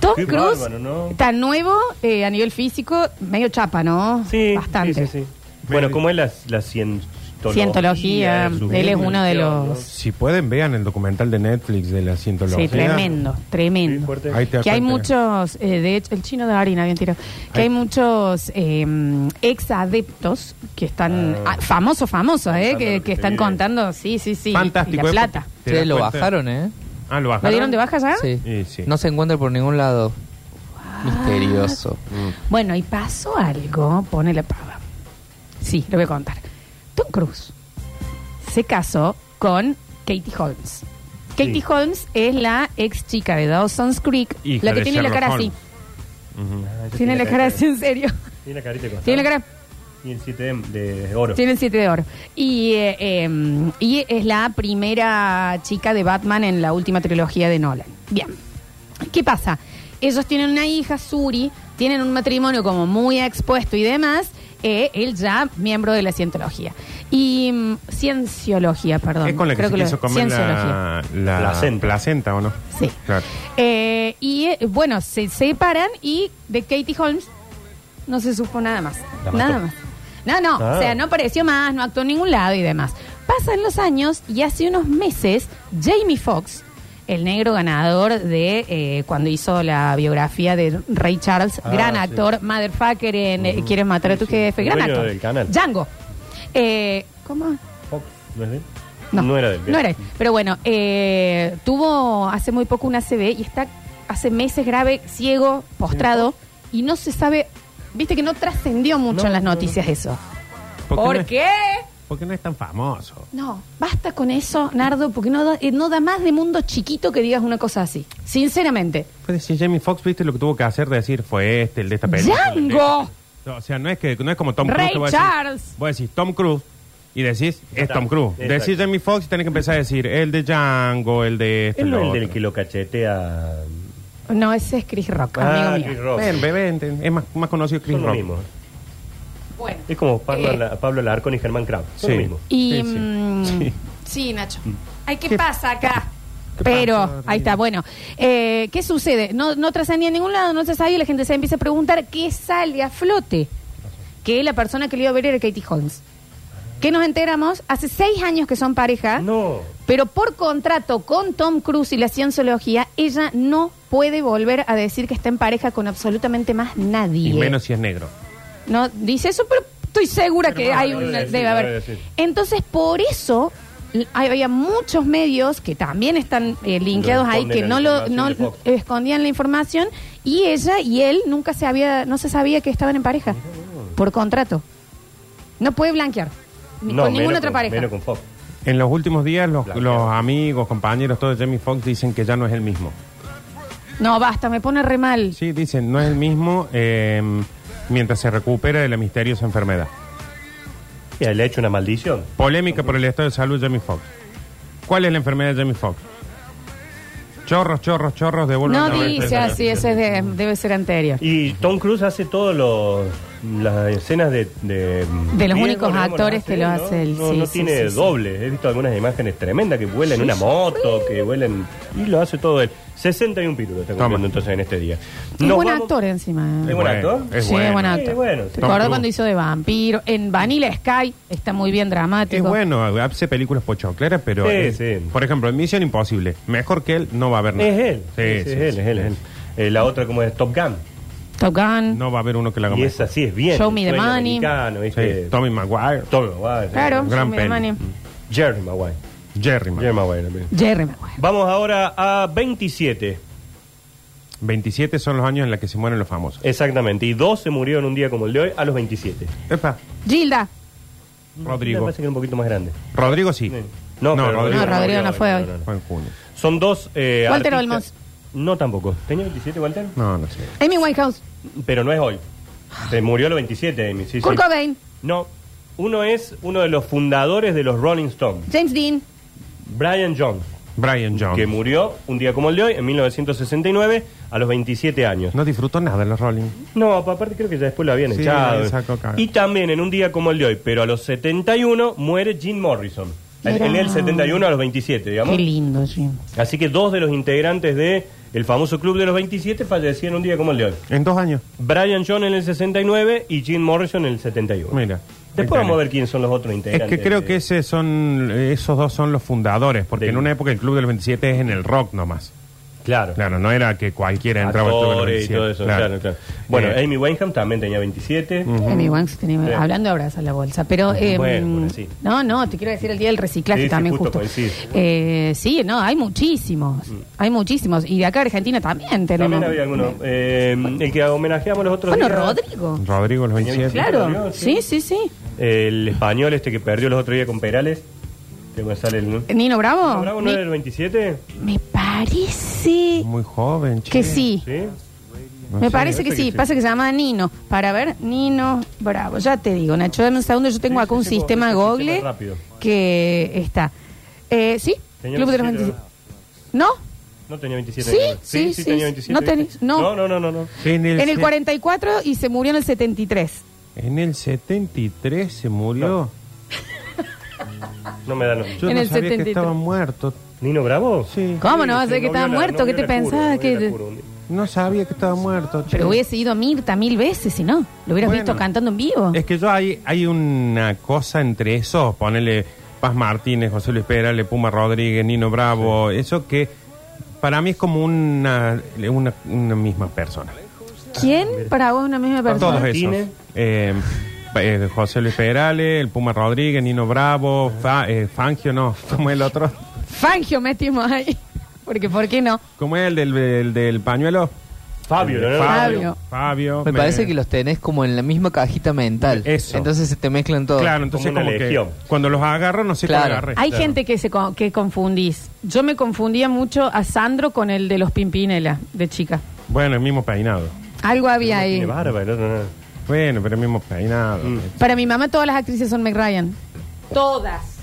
S1: Tom
S3: Qué
S1: Cruise
S3: bárbaro, ¿no?
S1: está nuevo eh, a nivel físico, medio chapa, ¿no?
S3: Sí,
S1: Bastante.
S3: sí, sí, sí. Bueno, ¿cómo es la, la cientología?
S1: Cientología,
S3: su
S1: él es uno de
S3: religión,
S1: los-
S2: Si pueden, vean el documental de Netflix de la cientología.
S1: Sí, tremendo,
S3: ¿no? Sí,
S1: tremendo.
S3: fuerte.
S2: Ahí te das
S1: que hay
S2: cuenta.
S1: muchos, eh, de hecho, el chino de harina bien tirado, que hay muchos eh, ex adeptos que están
S3: Ah.
S1: ah, famosos, famosos, eh,
S3: Contando
S1: que,
S3: lo
S1: que
S3: que te
S1: están
S3: viene.
S1: contando, sí, sí, sí,
S2: Fantástico.
S1: y la
S2: ¿eh?
S1: plata.
S2: ¿Te
S4: Sí,
S2: das
S4: lo
S2: cuenta?
S4: bajaron, ¿eh?
S2: Ah, lo
S1: ¿Lo
S2: bajaron.
S1: dieron de baja ya?
S4: Sí.
S2: Y sí.
S4: No se encuentra por ningún lado. Misterioso.
S1: Bueno, y pasó algo, pone la pava. Sí, lo voy a contar. Tom Cruise se casó con Katie Holmes. Katie
S3: Sí.
S1: Holmes es la ex chica de Dawson's Creek,
S2: Hija
S1: la que
S2: de
S1: tiene la
S2: Sherlock
S1: cara
S2: Holmes.
S1: así.
S2: Ujú.
S3: Ah, ese
S1: Tiene la cara así, en serio.
S3: Tiene la carita de costado.
S1: Tiene la cara...
S3: Y el 7 de, de oro.
S1: Tiene el 7 de oro. Y, eh, eh, y es la primera chica de Batman en la última trilogía de Nolan. Bien. ¿Qué pasa? Ellos tienen una hija, Suri, tienen un matrimonio como muy expuesto y demás. eh, él ya miembro de la cientología. Y mm, cienciología, perdón.
S2: Es con la que
S1: Creo
S2: se
S1: lo-
S2: quiso comer
S1: cienciología.
S2: la, la
S3: Placenta.
S2: placenta, ¿o no?
S1: Sí.
S2: Claro.
S1: Eh, y eh, bueno, se separan y de Katie Holmes no se supo nada más.
S3: La mató.
S1: Nada más. No, no,
S3: Ah.
S1: o sea, no apareció más, no actuó en ningún lado y demás. Pasan los años y hace unos meses, Jamie Foxx, el negro ganador de eh, cuando hizo la biografía de Ray Charles,
S3: Ah,
S1: gran
S3: sí. Mm,
S1: actor, motherfucker en eh, Quieres matar a tu
S3: Sí, sí.
S1: jefe, gran
S3: Dueño
S1: actor.
S3: del canal.
S1: Django. Eh, ¿Cómo?
S3: Fox, ¿no es de él?
S1: No,
S3: era del
S1: No era él. Pero bueno, eh, tuvo hace muy poco una CB y está hace meses grave, ciego, postrado y no se sabe. Viste que no trascendió mucho
S3: No,
S1: en las
S3: no, no.
S1: noticias eso.
S2: ¿Por qué no
S1: ¿Por
S2: es-
S1: qué?
S2: Porque no es tan famoso.
S1: No, basta con eso, Nardo, porque no da, eh, no da más de mundo chiquito que digas una cosa así. Sinceramente.
S2: Puede decir, Jamie Fox, ¿viste lo que tuvo que hacer de decir fue este, el de esta película? el de-
S1: ¡Django!
S2: No, o sea, no es que no es como Tom
S1: Ray
S2: Cruise. que vos decís-
S1: Charles.
S2: Vos decís Tom Cruise y decís, es
S3: está.
S2: Tom Cruise.
S3: Exacto.
S2: Decís Jamie Fox y tenés que empezar a decir, el de Django, el de este,
S3: Él no
S2: lo
S3: es el
S2: otro.
S3: del que lo cachetea.
S1: No, ese es Chris Rock,
S3: Ah,
S1: amigo mío.
S3: Chris Rock.
S2: Ven, bebé, enten- es más, más conocido que Chris
S3: Son lo
S2: Rock.
S3: mismo.
S1: Bueno.
S3: Es como Pablo,
S1: Eh,
S3: Ala- Pablo Alarcón y Germán Kraft. Son
S2: Sí.
S3: lo mismo.
S1: Y
S2: Sí, sí.
S1: mm, sí,
S2: Sí. Mm.
S1: Nacho. Ay, ¿qué,
S2: ¿Qué-
S1: pasa acá?
S2: qué
S1: Pero,
S2: pasa,
S1: ahí está,
S2: Rodrigo?
S1: bueno. Eh, ¿Qué sucede? No, no trascendía a ningún lado, no se sabía y la gente se empieza a preguntar qué sale a flote. Que la persona que le iba a ver era Katie Holmes. Que nos enteramos, hace seis años que son pareja,
S3: No.
S1: pero por contrato con Tom Cruise y la cienciología, ella no puede volver a decir que está en pareja con absolutamente más nadie.
S2: Y menos si es negro.
S1: No dice eso, pero estoy segura
S2: Pero
S1: que
S2: no,
S1: hay
S2: lo
S1: una-
S3: debe decir,
S1: debe
S3: lo
S1: haber.
S3: debe decir.
S1: Entonces, por eso l- hay- había muchos medios que también están eh, linkeados
S3: No
S1: ahí
S3: esconden
S1: que
S3: la
S1: no lo no
S3: información de Fox.
S1: escondían la información y ella y él nunca se había no se sabía que estaban en pareja por contrato. No puede blanquear ni
S3: No,
S1: con ninguna
S3: menos
S1: otra pareja.
S3: Menos con Fox.
S2: En los últimos días, los,
S3: Claro.
S2: los amigos, compañeros, todos de Jamie Foxx dicen que ya no es el mismo.
S1: No, basta, me pone re mal.
S2: Sí, dicen, no es el mismo eh, mientras se recupera de la misteriosa enfermedad.
S3: Mira, le ha hecho una maldición.
S2: Polémica por el estado de salud de Jamie Foxx. ¿Cuál es la enfermedad de Jamie Foxx? Chorros, chorros, chorros, devuelven
S1: No
S2: la
S3: no,
S1: dice
S2: receta.
S3: no, no,
S1: así,
S3: no.
S1: eso es de- debe ser anterior.
S3: Y Tom Cruise hace todos los las escenas de
S1: De
S3: de,
S1: los
S3: riesgo,
S1: únicos
S3: digamos,
S1: actores
S3: las
S1: que lo
S3: él,
S1: hace él,
S3: No,
S1: sí,
S3: no
S1: sí,
S3: tiene
S1: sí, sí.
S3: doble. He visto algunas imágenes tremendas que vuelan una moto, que vuelan y lo hace todo él. 61 pirulos está
S2: Toma.
S3: cumpliendo entonces en este día.
S1: Es
S3: Nos
S1: buen
S3: vamos-
S1: actor encima. eh.
S3: Es buen actor.
S2: Es
S1: sí, es buen
S2: bueno.
S1: actor.
S3: Sí, bueno,
S1: ¿Te
S3: Tom
S1: acordás
S2: Cruise.
S1: cuando hizo de vampiro? En Vanilla Sky está muy bien dramático.
S2: Es bueno, hace películas pochocleras, pero.
S3: Sí,
S2: es-
S3: sí.
S2: Por ejemplo, en Misión Imposible, mejor que él, no va a haber nada.
S3: Es él.
S2: Sí,
S3: es,
S2: sí,
S3: es él,
S2: sí.
S3: es él, es él. Eh, la otra como es Top Gun.
S1: Top Gun.
S2: No va a haber uno que la haga
S3: Y
S2: mejor.
S3: esa sí es bien.
S1: Show me the
S3: el sueño
S1: money.
S3: americano, ¿viste?
S2: Sí, Tommy Maguire,
S3: Tommy Maguire.
S1: claro,
S2: gran
S1: Mira,
S2: peli.
S1: Manny.
S3: Jerry Maguire.
S2: Jerry Maguire.
S3: Jerry Maguire también.
S1: Jerry Maguire.
S3: Vamos ahora a 27.
S2: 27 son los años en los que se mueren los famosos.
S3: Exactamente. Y dos se murieron un día como el de hoy a los 27.
S2: Epa,
S1: Gilda.
S3: Me
S2: Rodrigo.
S3: parece que era un poquito más grande.
S2: Rodrigo sí.
S3: No, pero
S1: Rodrigo. No, Rodrigo no fue hoy.
S2: Fue en junio.
S3: Son dos. eh,
S1: Walter
S3: artistas- No, tampoco. ¿Tenía 27 Walter?
S2: No, no sé.
S1: Amy Winehouse.
S3: Pero no es hoy. Se murió a los 27, Amy. Sí, sí.
S1: Kurt Cobain.
S3: No. Uno es uno de los fundadores de los Rolling Stones,
S1: James Dean.
S3: Brian Jones,
S2: Brian Jones.
S3: que murió un día como el de hoy, en 1969, a los 27 años.
S2: No disfrutó nada de los Rolling.
S3: No, aparte creo que ya después lo habían
S2: Sí,
S3: echado.
S2: ahí sacó cara.
S3: Y también en un día como el de hoy, pero a los 71 muere Jim Morrison. En, en el 71 a los 27, digamos.
S1: Qué lindo, Jim.
S3: Así que dos de los integrantes de el famoso club de los 27 fallecieron un día como el de hoy.
S2: En dos años.
S3: Brian John en el 69 y Jim Morrison en el 71.
S2: Mira. Ahí
S3: Después
S2: tenés.
S3: vamos a ver quiénes son los otros
S2: Es
S3: integrantes.
S2: que creo
S3: de-
S2: que ese son, esos dos son los fundadores, porque
S3: Del-
S2: en una época el Club del 27 es en el rock nomás.
S3: Claro.
S2: Claro, no era que cualquiera entraba al Club del
S3: Actores y
S2: 27.
S3: todo eso, claro, claro. Bueno,
S2: Eh,
S3: Amy Wineham también tenía 27.
S1: Amy Winehouse tenía-
S3: Sí.
S1: Hablando de abrazar la bolsa. Pero. eh,
S3: Bueno, bueno, sí.
S1: No, no, te quiero decir el día del reciclaje
S3: Sí, sí,
S1: también, justo.
S3: justo coincide.
S1: Eh, sí, no, hay muchísimos. Hay muchísimos. Y de acá a Argentina también tenemos.
S3: También había algunos. Eh, el que homenajeamos los otros
S1: Bueno,
S3: días-
S1: Rodrigo.
S2: Rodrigo los 27.
S1: Claro.
S3: Rodrigo, sí.
S1: Sí, sí, sí.
S3: El español este que perdió los otros días con Perales. Que me sale el...
S1: ¿Nino Bravo?
S3: Bravo no
S1: Me-
S3: era el 27?
S1: Me parece
S2: Muy joven, che.
S1: que sí.
S3: Sí.
S2: No
S1: Me
S2: sé.
S1: parece que sí. Pasa que se llama Nino. Para ver, Nino Bravo. Ya te digo, Nacho, dame un segundo. Yo tengo
S3: Sí,
S1: acá
S3: sí,
S1: un
S3: sí,
S1: sistema
S3: es un sistema
S1: Google
S3: rápido.
S1: que está. Eh, ¿Sí?
S3: Señor,
S1: Club de los
S3: sí,
S1: 27.
S3: pero-
S1: ¿no?
S3: No tenía 27.
S1: Sí,
S3: años.
S1: sí, sí, sí.
S3: tenía 27.
S1: No tenés-
S3: ¿viste?
S1: no.
S3: no, no, no, no, no.
S2: En el,
S1: En el
S2: se-
S1: 44 y se murió en el 73.
S2: en el 73 se murió.
S3: No me da no.
S2: Yo
S1: En
S2: no
S1: el
S2: sabía
S1: 73.
S2: que estaba muerto.
S3: Nino Bravo.
S2: Sí.
S1: ¿Cómo no?
S3: Sí,
S1: Sé que
S3: vio
S1: estaba
S3: la-
S1: muerto.
S3: no
S1: ¿Qué
S3: vio
S1: te
S3: la curva, no
S1: pensabas?
S3: vio la
S1: Que-
S3: curva un día.
S2: No sabía que estaba muerto. che.
S1: Pero hubiese ido a Mirta mil veces, si no. Lo hubieras
S2: Bueno.
S1: visto cantando en vivo.
S2: Es que yo hay, hay una cosa entre esos, ponele Paz Martínez, José Luis Perales, Puma Rodríguez, Nino Bravo, eso que para mí es como una, una, una misma persona.
S1: ¿Quién para vos es una misma persona?
S2: Todos esos.
S3: Martínez.
S2: Eh, eh, José Luis Perales, el Puma Rodríguez, Nino Bravo, Fa- eh, Fangio, no, como el otro,
S1: Fangio metimos ahí. Porque, ¿por qué no?
S2: como el del, del, del pañuelo.
S3: Fabio, ¿no?
S1: Fabio.
S2: Fabio.
S4: Me parece que los tenés como en la misma cajita mental.
S2: Eso.
S4: Entonces se te mezclan todos.
S2: Claro, entonces
S3: Como
S2: como,
S3: una
S2: que
S3: legión.
S2: cuando los agarro no sé
S4: Claro.
S2: cuál agarré.
S1: Hay gente que se co- que confundís. Yo me confundía mucho a Sandro con el de los Pimpinela, de chica.
S2: Bueno, el mismo peinado.
S1: Algo había ahí.
S3: Tiene barba, el otro no.
S2: Bueno, pero el mismo peinado. eh.
S1: Para mi mamá todas las actrices son Meg Ryan.
S2: Mm.
S1: Todas.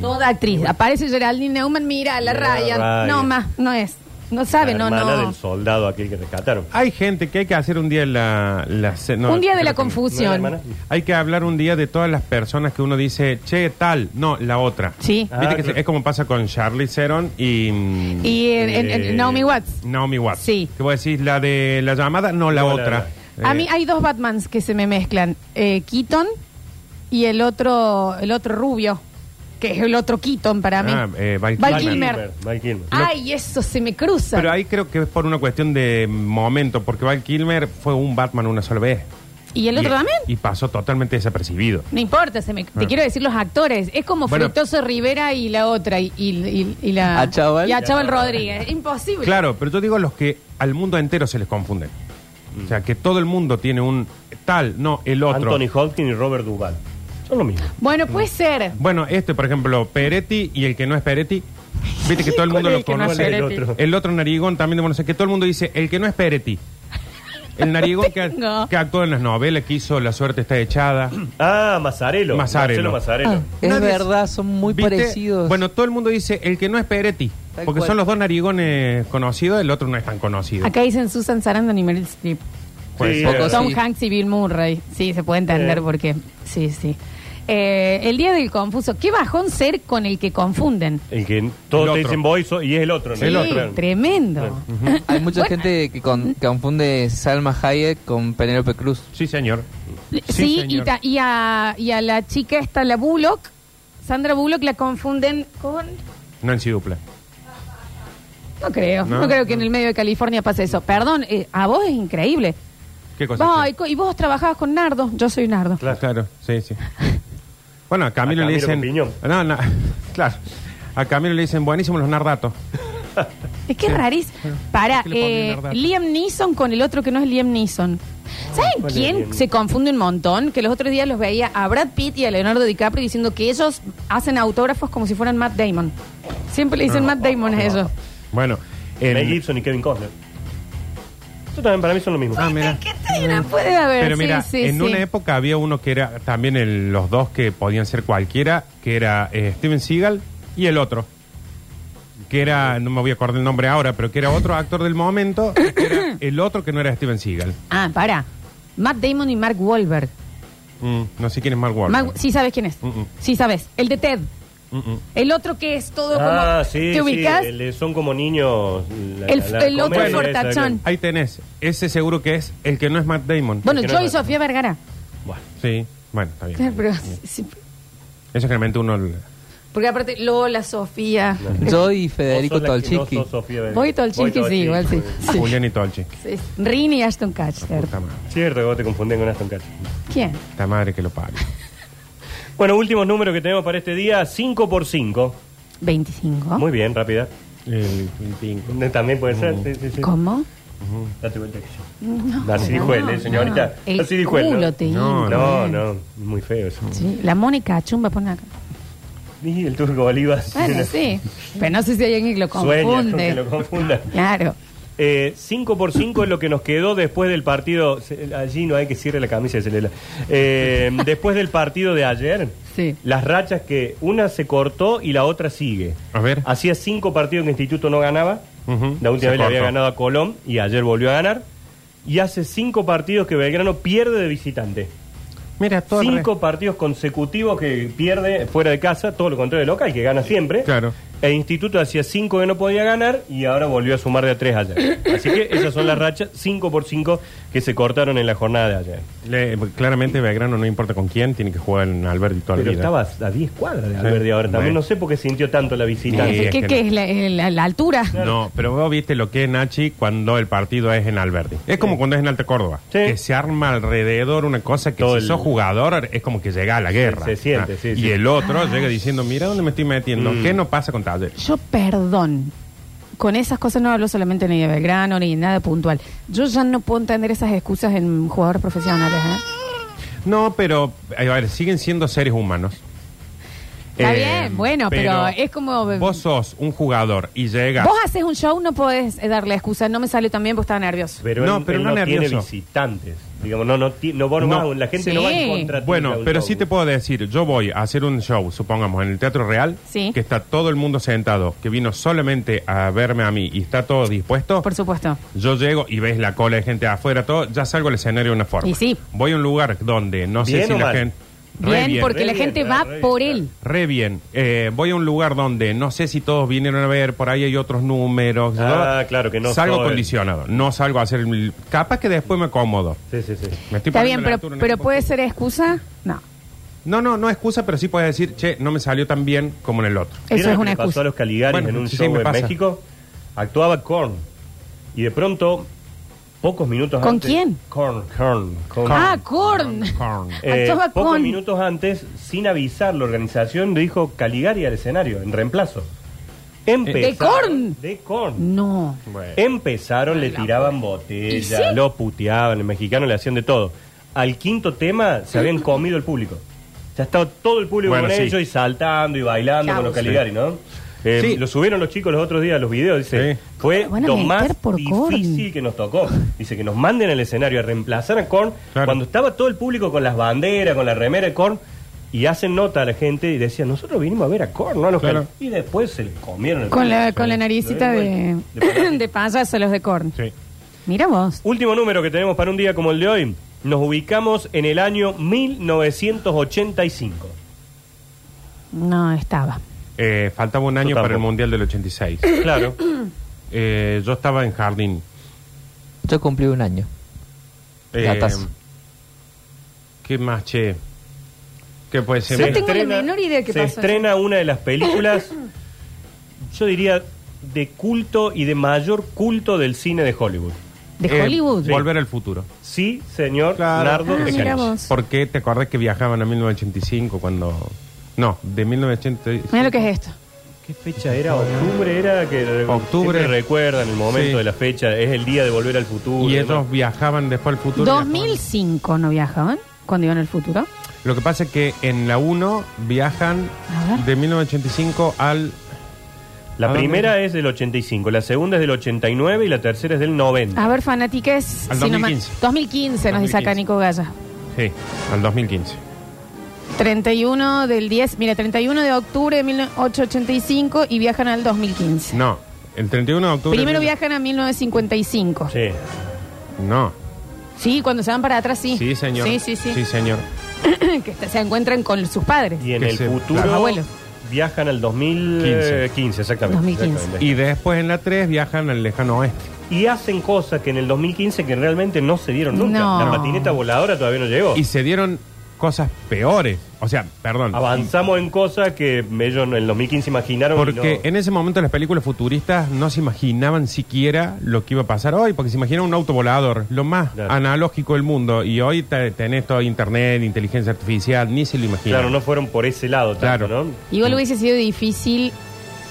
S1: Toda actriz. Aparece Geraldine Neumann, mira, la
S3: Mira,
S1: Ryan.
S3: Ryan.
S1: No más, no es. No sabe,
S3: la
S1: no,
S3: hermana
S1: no.
S3: del soldado aquel que rescataron.
S2: Hay gente que hay que hacer un día la... la se- no,
S1: Un día de la
S2: creo que no.
S1: confusión.
S3: ¿No era hermana?
S2: Hay que hablar un día de todas las personas que uno dice, che, tal, no, la otra.
S1: Sí.
S2: Viste
S3: Ah,
S2: que
S3: claro.
S2: es como pasa con Charlie Theron y... mm,
S1: Y en, en- en
S3: Eh,
S1: Naomi Watts.
S2: Naomi Watts.
S1: Sí.
S2: Que vos decís, la de la llamada, no la
S3: No, la-
S2: otra.
S1: A
S2: Eh,
S1: mí hay dos Batmans que se me mezclan. Eh, Keaton y el otro, el otro rubio, que es el otro Keaton para mí.
S2: Ah, eh, Val
S1: Val
S2: Kilmer.
S1: Kilmer.
S3: Val Kilmer.
S1: Ay, eso se me cruza.
S2: Pero ahí creo que es por una cuestión de momento, porque Val Kilmer fue un Batman una sola vez.
S1: ¿Y el otro
S2: Y-
S1: también?
S2: Y pasó totalmente desapercibido.
S1: No importa, se me- te
S2: Bueno.
S1: quiero decir los actores. Es como
S2: Bueno.
S1: Fructoso Rivera y la otra, y, y- y- y la...
S4: Achával.
S1: Y Achával Rodríguez. Imposible.
S2: Claro, pero yo digo los que al mundo entero se les confunden. O sea, que todo el mundo tiene un tal, no, el otro.
S3: Anthony Hopkins y Robert Duvall. Son lo mismo.
S1: Bueno, puede ser.
S2: Bueno, este, por ejemplo, Peretti y el que no es Peretti. Viste que todo el mundo
S1: ¿Cuál es
S2: lo
S1: el que Eh. no es
S2: conoce.
S1: Peretti?
S3: El otro.
S2: El otro narigón también de Buenos Aires, que todo el mundo dice, el que no es Peretti. El narigón que,
S1: tengo.
S2: que actuó en las novelas, que hizo La suerte está echada.
S3: Ah, Mazzarello.
S2: Mazzarello.
S3: Marcelo
S4: Ah,
S3: Mazzarello.
S4: es
S2: Nadie-
S4: verdad, son muy
S2: ¿Viste?
S4: parecidos.
S2: Bueno, todo el mundo dice, el que no es Peretti.
S4: Tal
S2: porque
S4: cual.
S2: son los dos narigones conocidos, el otro no es tan conocido.
S1: Acá dicen Susan Sarandon y Meryl Streep.
S2: Puede
S3: Pues Sí,
S2: ser.
S4: Poco
S1: Tom
S4: sí.
S1: Hanks y Bill Murray. Sí, se puede entender
S3: Eh.
S1: por qué. Sí, sí. Eh, el día del confuso. Qué bajón ser con el que confunden.
S3: El que
S2: El
S3: todos te
S2: otro.
S3: dicen voy so- y es el otro. ¿no?
S1: Sí,
S2: El otro.
S1: Tremendo.
S4: Hay mucha
S1: Bueno.
S4: gente que con- confunde Salma Hayek con Penélope Cruz.
S2: Sí, señor.
S1: Sí,
S2: Sí,
S1: y,
S2: señor.
S1: ta- y a, y a la chica esta, la Bullock, Sandra Bullock, la confunden con...
S2: Nancy Dupla.
S1: No creo, no,
S2: No,
S1: creo que en el medio de California pase eso. Perdón, eh, a vos es increíble.
S2: ¿Qué cosa?
S1: Vos,
S2: Pues es
S1: y co- y vos trabajabas con Nardo, yo soy Nardo.
S2: Claro. Claro, sí, sí. Bueno, a Camilo,
S3: A
S2: le
S3: Camilo
S2: dicen.
S3: Piñón.
S2: No, no, claro. A Camilo le dicen buenísimos los nardatos.
S1: Es que es rarís. Para,
S2: ¿Qué le ponen,
S1: eh,
S2: Nardo? Ah,
S1: Liam Neeson con el otro que no es Liam Neeson. ¿Saben
S3: ¿cuál es
S1: quién
S3: Liam?
S1: se confunde un montón? Que los otros días los veía a Brad Pitt y a Leonardo DiCaprio diciendo que ellos hacen autógrafos como si fueran Matt Damon. Siempre le dicen Matt Damon a ellos.
S2: Bueno, en-
S3: Mel Gibson y Kevin Costner. Yo también, para mí son lo mismo.
S2: Ah, mira.
S1: Mira, puede haber,
S2: Pero
S1: sí,
S2: mira,
S1: sí,
S2: en
S1: sí.
S2: una época había uno que era también el- los dos que podían ser cualquiera, que era eh, Steven Seagal y el otro. Que era, no me voy a acordar el nombre ahora, pero que era otro actor del momento, que era el otro que no era Steven Seagal.
S1: Ah, para. Matt Damon y Mark Wahlberg.
S2: Mm, no sé quién es Mark Wahlberg.
S1: Mark- sí sabes quién es.
S2: Mm, mm.
S1: Sí sabes. El de Ted.
S2: Mm, mm.
S1: El otro que es todo
S3: Ah,
S1: como...
S3: sí,
S1: ¿Te
S3: sí,
S1: ubicas?
S3: el- eh, son como niños. la-
S1: El-
S3: la
S1: el otro
S3: comedia esa,
S1: fortachón.
S2: Ahí tenés, ese seguro que es el que no es Matt Damon.
S1: Bueno,
S3: que no
S1: yo
S3: es
S1: y
S3: Batman.
S1: Sofía Vergara.
S3: claro. Bueno,
S2: Sí, bueno, está bien.
S1: Claro, pero... sí,
S2: Eso generalmente uno... l-
S1: porque aparte, Lola, Sofía...
S4: Yo y
S3: vos
S4: Federico
S3: sos la que no
S4: Tolchinsky.
S3: sos Sofía Vergara.
S1: Voy Tolchinsky, sí, igual sí. sí.
S2: Julián y Tolchi.
S1: Sí, sí. Rini y Ashton Kutcher.
S2: Puta madre,
S3: Cierto que vos te confundían con Aston Kutcher.
S1: ¿Quién?
S2: la madre que lo pague.
S3: Bueno, últimos números que tenemos para este día: 5 por 5
S1: 25.
S3: Muy bien, rápida.
S2: El, el pinco.
S3: También puede ser. Sí, sí, sí.
S1: ¿Cómo?
S3: Date vuelta que sí.
S1: No,
S3: Así dijo él,
S1: no,
S3: ¿eh, señorita?
S1: no. El
S3: Así dijo él, ¿no?
S1: culo te
S2: No,
S1: hinca,
S3: No,
S1: eh.
S3: no, muy feo eso.
S1: Sí, la Mónica Chumba pone acá.
S3: Y el turco Bolívar.
S1: Bueno, sí. Pero no sé si hay alguien que lo
S3: Sueña con que lo
S1: confunde.
S3: confunda.
S1: Claro.
S3: 5 Eh, por 5 es lo que nos quedó después del partido. se- Allí no hay que cierre la camisa de Celela. Eh, después del partido de ayer,
S1: Sí.
S3: las rachas que una se cortó y la otra sigue.
S2: A ver.
S3: Hacía cinco partidos que Instituto no ganaba.
S2: Ujú.
S3: La
S2: Se
S3: última vez le había
S2: cortó.
S3: ganado a Colón y ayer volvió a ganar. Y hace cinco partidos que Belgrano pierde de visitante.
S2: Mira, todo el re-
S3: Cinco partidos consecutivos que pierde fuera de casa, todo lo contrario de local, que gana siempre.
S2: Claro.
S3: El Instituto hacía cinco que no podía ganar y ahora volvió a sumar de a tres ayer. Así que esas son las rachas, cinco por cinco, que se cortaron en la jornada de ayer.
S2: Le- claramente Belgrano no importa con quién, tiene que jugar en Alberti toda la
S3: Pero
S2: vida.
S3: estaba a 10 cuadras de Alberdi ahora también.
S2: Bueno.
S3: No sé por qué sintió tanto la visita.
S2: Sí,
S1: ¿Qué,
S2: es
S1: qué-
S2: que
S1: qué
S2: no.
S1: es la, la- la altura?
S2: No, pero vos viste lo que es Nachi cuando el partido es en Alberti. Es como cuando es en Alta Córdoba.
S3: Sí.
S2: Que se arma alrededor una cosa que
S3: Todo
S2: si
S3: el-
S2: sos jugador es como que llega a la guerra. Ah,
S3: Se- se siente, sí,
S2: y
S3: sí. Mm.
S2: el otro
S1: Ah.
S2: llega diciendo, mira dónde me estoy metiendo. ¿Qué no pasa con Talleres?
S1: Yo, perdón, con esas cosas no hablo solamente ni de Belgrano ni de nada puntual. Yo ya no puedo entender esas excusas en jugadores profesionales. ¿eh?
S2: No, pero, eh, a ver, siguen siendo seres humanos.
S1: Está bien, bueno, pero es como-
S2: Eh,
S1: eh,
S2: Vos sos un jugador y llegas.
S1: Vos haces un show, no podés eh, darle excusa. No me salió tan bien porque estaba nervioso.
S3: Pero
S2: No,
S3: él,
S2: pero
S3: él
S2: no
S3: no, tiene
S2: nervioso.
S3: visitantes. Digamos, no, no, ti- no, vos no
S2: No.
S3: vas- la gente
S1: Sí.
S3: no va en contra tuya
S2: Bueno,
S3: a un
S2: pero
S3: show.
S2: sí te puedo decir, yo voy a hacer un show, supongamos, en el Teatro Real,
S1: Sí.
S2: que está todo el mundo sentado, que vino solamente a verme a mí y está todo dispuesto.
S1: Por supuesto.
S2: Yo llego y ves la cola de gente afuera, todo, ya salgo al escenario de una forma.
S1: Y sí.
S2: Voy a un lugar donde no sé
S3: ¿Bien
S2: si
S3: o
S2: la
S3: mal?
S2: gente. Re
S1: Bien, porque
S3: re
S1: la
S3: bien,
S1: gente
S3: ah,
S1: va
S3: re bien,
S1: por
S3: claro.
S1: él.
S2: Re bien. Eh, voy a un lugar donde no sé si todos vinieron a ver, por ahí hay otros números.
S3: Ah,
S2: Yo
S3: claro, que no
S2: Salgo
S3: todo es-
S2: condicionado, no salgo a hacer. el- Capaz que después me acomodo.
S3: Sí, sí, sí.
S2: Me estoy
S1: Está
S2: poniendo
S1: bien,
S2: la
S1: pero,
S2: altura en
S1: pero
S2: este
S1: ¿puede ser excusa? No.
S2: No, no, no excusa, pero sí puedes decir, che, no me salió tan bien como en el otro.
S1: Eso
S3: ¿Vieron
S1: es
S3: lo que
S1: una
S3: le pasó a
S1: excusa.
S3: los Caligaris
S2: Bueno,
S3: en un
S2: sí, sí,
S3: show
S2: me
S3: en
S2: pasa.
S3: México? Actuaba Korn. Y de pronto, pocos minutos
S1: ¿Con
S3: antes.
S1: quién?
S3: Korn. Korn. Korn.
S1: Ah, Korn.
S2: Corn.
S3: Eh,
S1: actuaba
S3: pocos
S1: con-
S3: minutos antes, sin avisar, la organización dijo Caligari al escenario, en reemplazo. Empezaron-
S1: Korn?
S3: De Korn.
S1: No.
S3: Empezaron, le tiraban botellas,
S1: ¿Y sí?
S3: lo puteaban, el mexicano le hacían de todo. Al quinto tema se habían comido el público. Ya estaba todo el público
S2: Bueno,
S3: con
S2: sí.
S3: ellos y saltando y bailando
S1: Chau.
S3: con los Caligari, ¿no? Eh,
S2: Sí.
S3: Lo subieron los chicos los otros días, los videos, dice,
S2: Sí.
S3: fue
S1: ¿Cómo van a
S3: lo
S1: meter
S3: más
S1: por Korn?
S3: difícil que nos tocó. Dice que nos manden al escenario a reemplazar a Korn
S2: Claro.
S3: cuando estaba todo el público con las banderas, con la remera de Korn y hacen nota a la gente y decían, nosotros vinimos a ver a Korn, ¿no? A los
S2: Claro.
S3: Caligari". Y después se les comieron el
S1: Con la,
S3: público.
S1: con la naricita de, de payaso, los de Korn.
S2: Sí.
S1: Mira vos.
S3: Último número que tenemos para un día como el de hoy. Nos ubicamos en el año 1985.
S1: No estaba.
S2: Eh, faltaba un año
S3: tampoco.
S2: para el Mundial del 86.
S3: Claro.
S2: Eh, yo estaba en jardín.
S4: Yo cumplí un año.
S2: Eh,
S4: Datazo.
S2: ¿Qué más, che? ¿Qué puede ser?
S1: No
S2: Mira,
S1: tengo- la menor idea de qué
S3: Se
S1: pasó
S3: estrena una de las películas, yo diría, de culto y de mayor culto del cine de Hollywood.
S1: ¿De
S2: eh,
S1: Hollywood?
S2: Volver al futuro.
S3: Sí, señor
S2: Claro.
S3: Nardo.
S1: Ah,
S3: Escanilla.
S1: mira vos.
S2: Porque te acordás que viajaban a 1985 cuando... No, de 1985.
S1: Mira lo que es esto.
S3: ¿Qué fecha era? ¿Octubre era? Que
S2: Octubre.
S3: siempre recuerdan el momento
S2: Sí.
S3: de la fecha. Es el día de volver al futuro.
S2: Y
S3: ¿no?
S2: ellos viajaban después al futuro. Viajaban.
S1: 2005 no viajaban cuando iban al futuro.
S2: Lo que pasa es que en la 1 viajan
S1: A ver.
S2: de 1985 al... ¿A
S3: La
S2: dónde?
S3: primera es del 85, la segunda es del 89 y la tercera es del 90.
S1: A ver, fanatiques.
S2: Al
S1: si no ma-
S2: 2015.
S1: 2015 nos dice acá
S2: 2015.
S1: Nico Galla.
S2: Sí, al 2015.
S1: 31 del 10, mira, 31 de octubre de 1885 y viajan al 2015.
S2: No, el 31 de octubre...
S1: Primero
S2: viaja
S1: viajan a 1955. Sí.
S3: Sí.
S2: No.
S1: cuando se van para atrás, sí.
S2: Sí, señor.
S1: Sí, sí, sí.
S2: Sí, señor.
S1: que está- se encuentran con sus padres.
S3: Y en
S2: Que
S3: el
S2: se-
S3: futuro
S1: Los abuelos.
S3: viajan al 2015, exactamente.
S1: 2015.
S3: exactamente.
S2: Y después en la 3 viajan al lejano oeste.
S3: Y, y hacen cosas que en el 2015 que realmente no se dieron nunca.
S1: No.
S3: La patineta voladora todavía no
S1: Oh.
S3: llegó.
S2: Y se dieron cosas peores. O sea,
S1: Ah,
S2: perdón.
S3: Avanzamos en cosas que ellos en el 2015 imaginaron. y
S2: Porque
S3: no.
S2: en ese momento las películas futuristas no se imaginaban siquiera lo que iba a pasar hoy, porque se imagina un auto volador, lo más
S3: Claro.
S2: analógico del mundo, y hoy te- tenés todo internet, inteligencia artificial, ni se lo imaginan.
S3: Claro, no fueron por ese lado. Tanto,
S2: Claro.
S3: ¿no?
S1: Igual hubiese sido difícil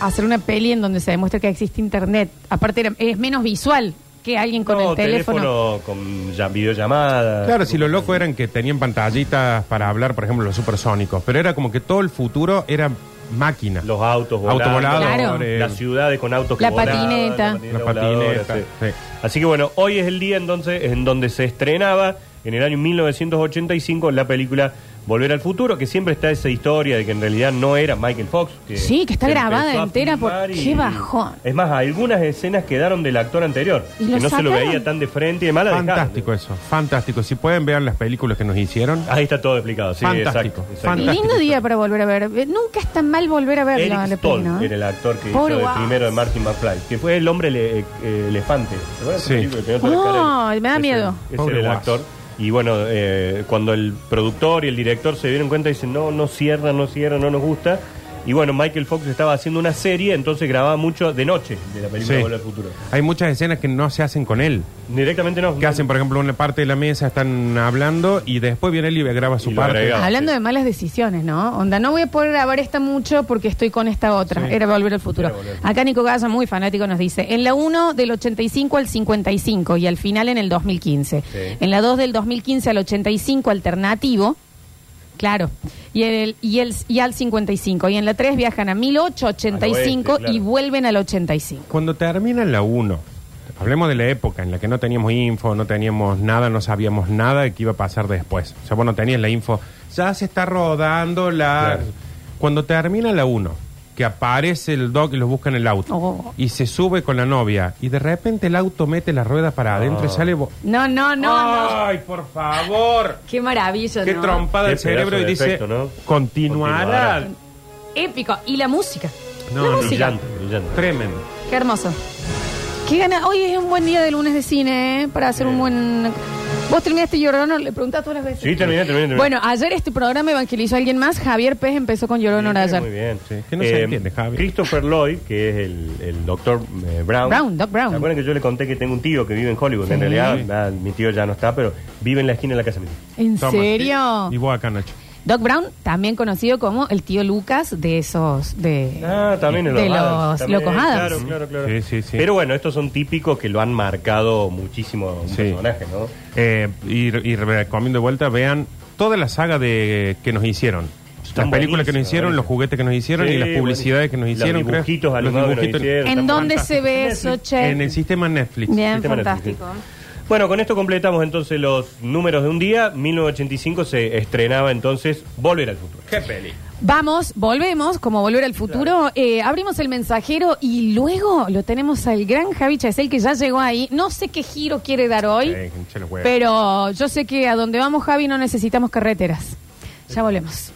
S1: hacer una peli en donde se demuestra que existe internet. Aparte, era- es menos visual que alguien con
S3: No,
S1: el teléfono.
S3: con ya- videollamadas.
S2: Claro, si lo loco eran que tenían pantallitas para hablar, por ejemplo, los supersónicos, pero era como que todo el futuro era máquina.
S3: Los autos volando,
S2: Autovoladores.
S1: Claro.
S3: las ciudades con autos que
S1: La
S3: volaban,
S1: patineta.
S2: Eh, La
S3: voladora,
S2: patineta,
S3: sí.
S2: sí.
S3: Así que bueno, hoy es el día entonces en donde se estrenaba en el año 1985 la película Volver al Futuro, que siempre está esa historia de que en realidad no era Michael Fox.
S1: Sí, que está
S3: se
S1: grabada
S3: empezó a
S1: entera por-
S3: filmar
S1: ¡Qué bajón!
S3: Es más, algunas escenas quedaron del actor anterior,
S1: Y
S3: que
S1: lo
S3: no se lo
S1: sacaron.
S3: veía tan de frente y de mala
S2: Fantástico eso, fantástico. Si pueden ver las películas que nos hicieron,
S3: Ahí está todo explicado, sí,
S2: Fantástico,
S3: exacto. exacto.
S2: fantástico.
S1: Lindo día para volver a ver. Eh, Nunca es tan mal volver a verlo.
S3: Eric
S1: la peli,
S3: Stoll
S1: ¿no?
S3: era el actor que
S1: Pobre
S3: hizo el
S1: guapo.
S3: primero de Martin McFly, que fue el hombre ele- eh, elefante. ¿Te acuerdas de ese
S2: Sí.
S3: película que tenía toda la cara de-
S1: No, me da
S3: Ese-
S1: miedo.
S3: ese
S2: Pobre
S3: era el
S2: guaso.
S3: actor. Y bueno, eh, cuando el productor y el director se dieron cuenta, dicen, no, no cierra, no cierra, no nos gusta. Y bueno, Michael Fox estaba haciendo una serie, entonces grababa mucho de noche de la película
S2: Sí.
S3: Volver al Futuro.
S2: hay muchas escenas que no se hacen con él.
S3: Directamente no.
S2: Que hacen, por ejemplo, una parte de la mesa, están hablando y después viene él y graba su
S3: Y lo
S2: parte.
S3: agrega.
S1: Hablando
S3: sí.
S1: de malas decisiones, ¿no? Onda, no voy a poder grabar esta mucho porque estoy con esta otra. Era Volver al Futuro.
S3: Era Volver al Futuro.
S1: Acá Nico Galla, muy fanático, nos dice, en la 1 del 85 al 55 y al final en el 2015.
S3: Sí.
S1: En la 2 del 2015 al 85 alternativo, claro. Y, el, y, el, y al 55. Y en la 3 viajan a 1885
S3: Al oeste,
S1: y
S3: claro.
S1: vuelven al 85.
S2: Cuando termina la 1, Hablemos de la época en la que no teníamos info, no teníamos nada, no sabíamos nada de qué iba a pasar después. O sea, vos no tenías la info. Ya se está rodando la...
S3: Claro.
S2: Cuando termina la 1, que aparece el doc y los busca en el auto,
S1: Oh.
S2: y se sube con la novia, y de repente el auto mete las ruedas para
S3: Ah.
S2: adentro y sale... vo-
S1: No, no, no, no.
S2: ¡Ay, por favor!
S1: Qué maravilla,
S2: Qué
S1: ¿no?
S2: trompada el
S3: Qué pedazo
S2: cerebro y
S3: de
S2: dice,
S3: efecto, ¿no?
S2: continuará.
S3: Continuará.
S1: Épico. Y la música.
S2: No,
S1: la
S2: no,
S1: música.
S3: Brillante, brillante.
S2: Tremendo.
S1: Qué hermoso. Qué gana. Hoy es un buen día de lunes de cine, ¿eh? Para hacer un buen. Vos terminaste Llorono, le preguntás todas las veces.
S3: Sí, terminé, terminé, terminé.
S1: Bueno, ayer este programa evangelizó a alguien más. Javier Pérez empezó con Llorono
S3: Bien,
S1: ayer.
S3: Muy bien, Eh,
S2: Sí, que no se entiende, Javi.
S3: Christopher Lloyd, que es el, el doctor eh, Brown.
S1: Brown, Doc Brown.
S3: ¿Se acuerdan que yo le conté que tengo un tío que vive en Hollywood? En realidad, nada, mi tío ya no está, pero vive en la esquina de la casa de mi tío.
S1: ¿En
S2: Toma.
S1: serio?
S2: Y vos acá, Nacho.
S1: Doc Brown, también conocido como el tío Lucas de esos. de
S3: Ah, también en
S1: de los
S3: Adams, también,
S1: Locos Adams.
S3: Claro, claro, claro.
S2: Sí, sí, sí.
S3: Pero bueno, estos son típicos que lo han marcado muchísimo a un
S2: Sí.
S3: personaje, ¿no?
S2: Eh, y, y recomiendo de vuelta, vean toda la saga de que nos hicieron.
S3: Están
S2: las películas que nos
S3: buenísimas,
S2: hicieron, los
S3: buenísimas.
S2: juguetes que nos hicieron
S3: Sí,
S2: y las publicidades que nos
S3: buenísimo.
S2: hicieron.
S3: Los
S2: creo.
S3: dibujitos animados que nos hicieron.
S1: ¿En
S3: Están
S1: dónde se
S3: fantásticos.
S1: ve
S3: En
S1: eso,
S3: Netflix.
S1: che?
S2: En el sistema Netflix.
S1: Bien,
S3: Sistema
S1: fantástico.
S3: Bueno, con esto completamos entonces los números de un día. 1985 se estrenaba entonces Volver al Futuro.
S2: Qué peli.
S1: Vamos, volvemos, como volver al futuro. Eh, abrimos el mensajero y luego lo tenemos al gran Javi Chesel que ya llegó ahí. No sé qué giro quiere dar hoy,
S2: Eh, hincha los huevos.
S1: pero yo sé que a donde vamos, Javi, no necesitamos carreteras. Ya volvemos.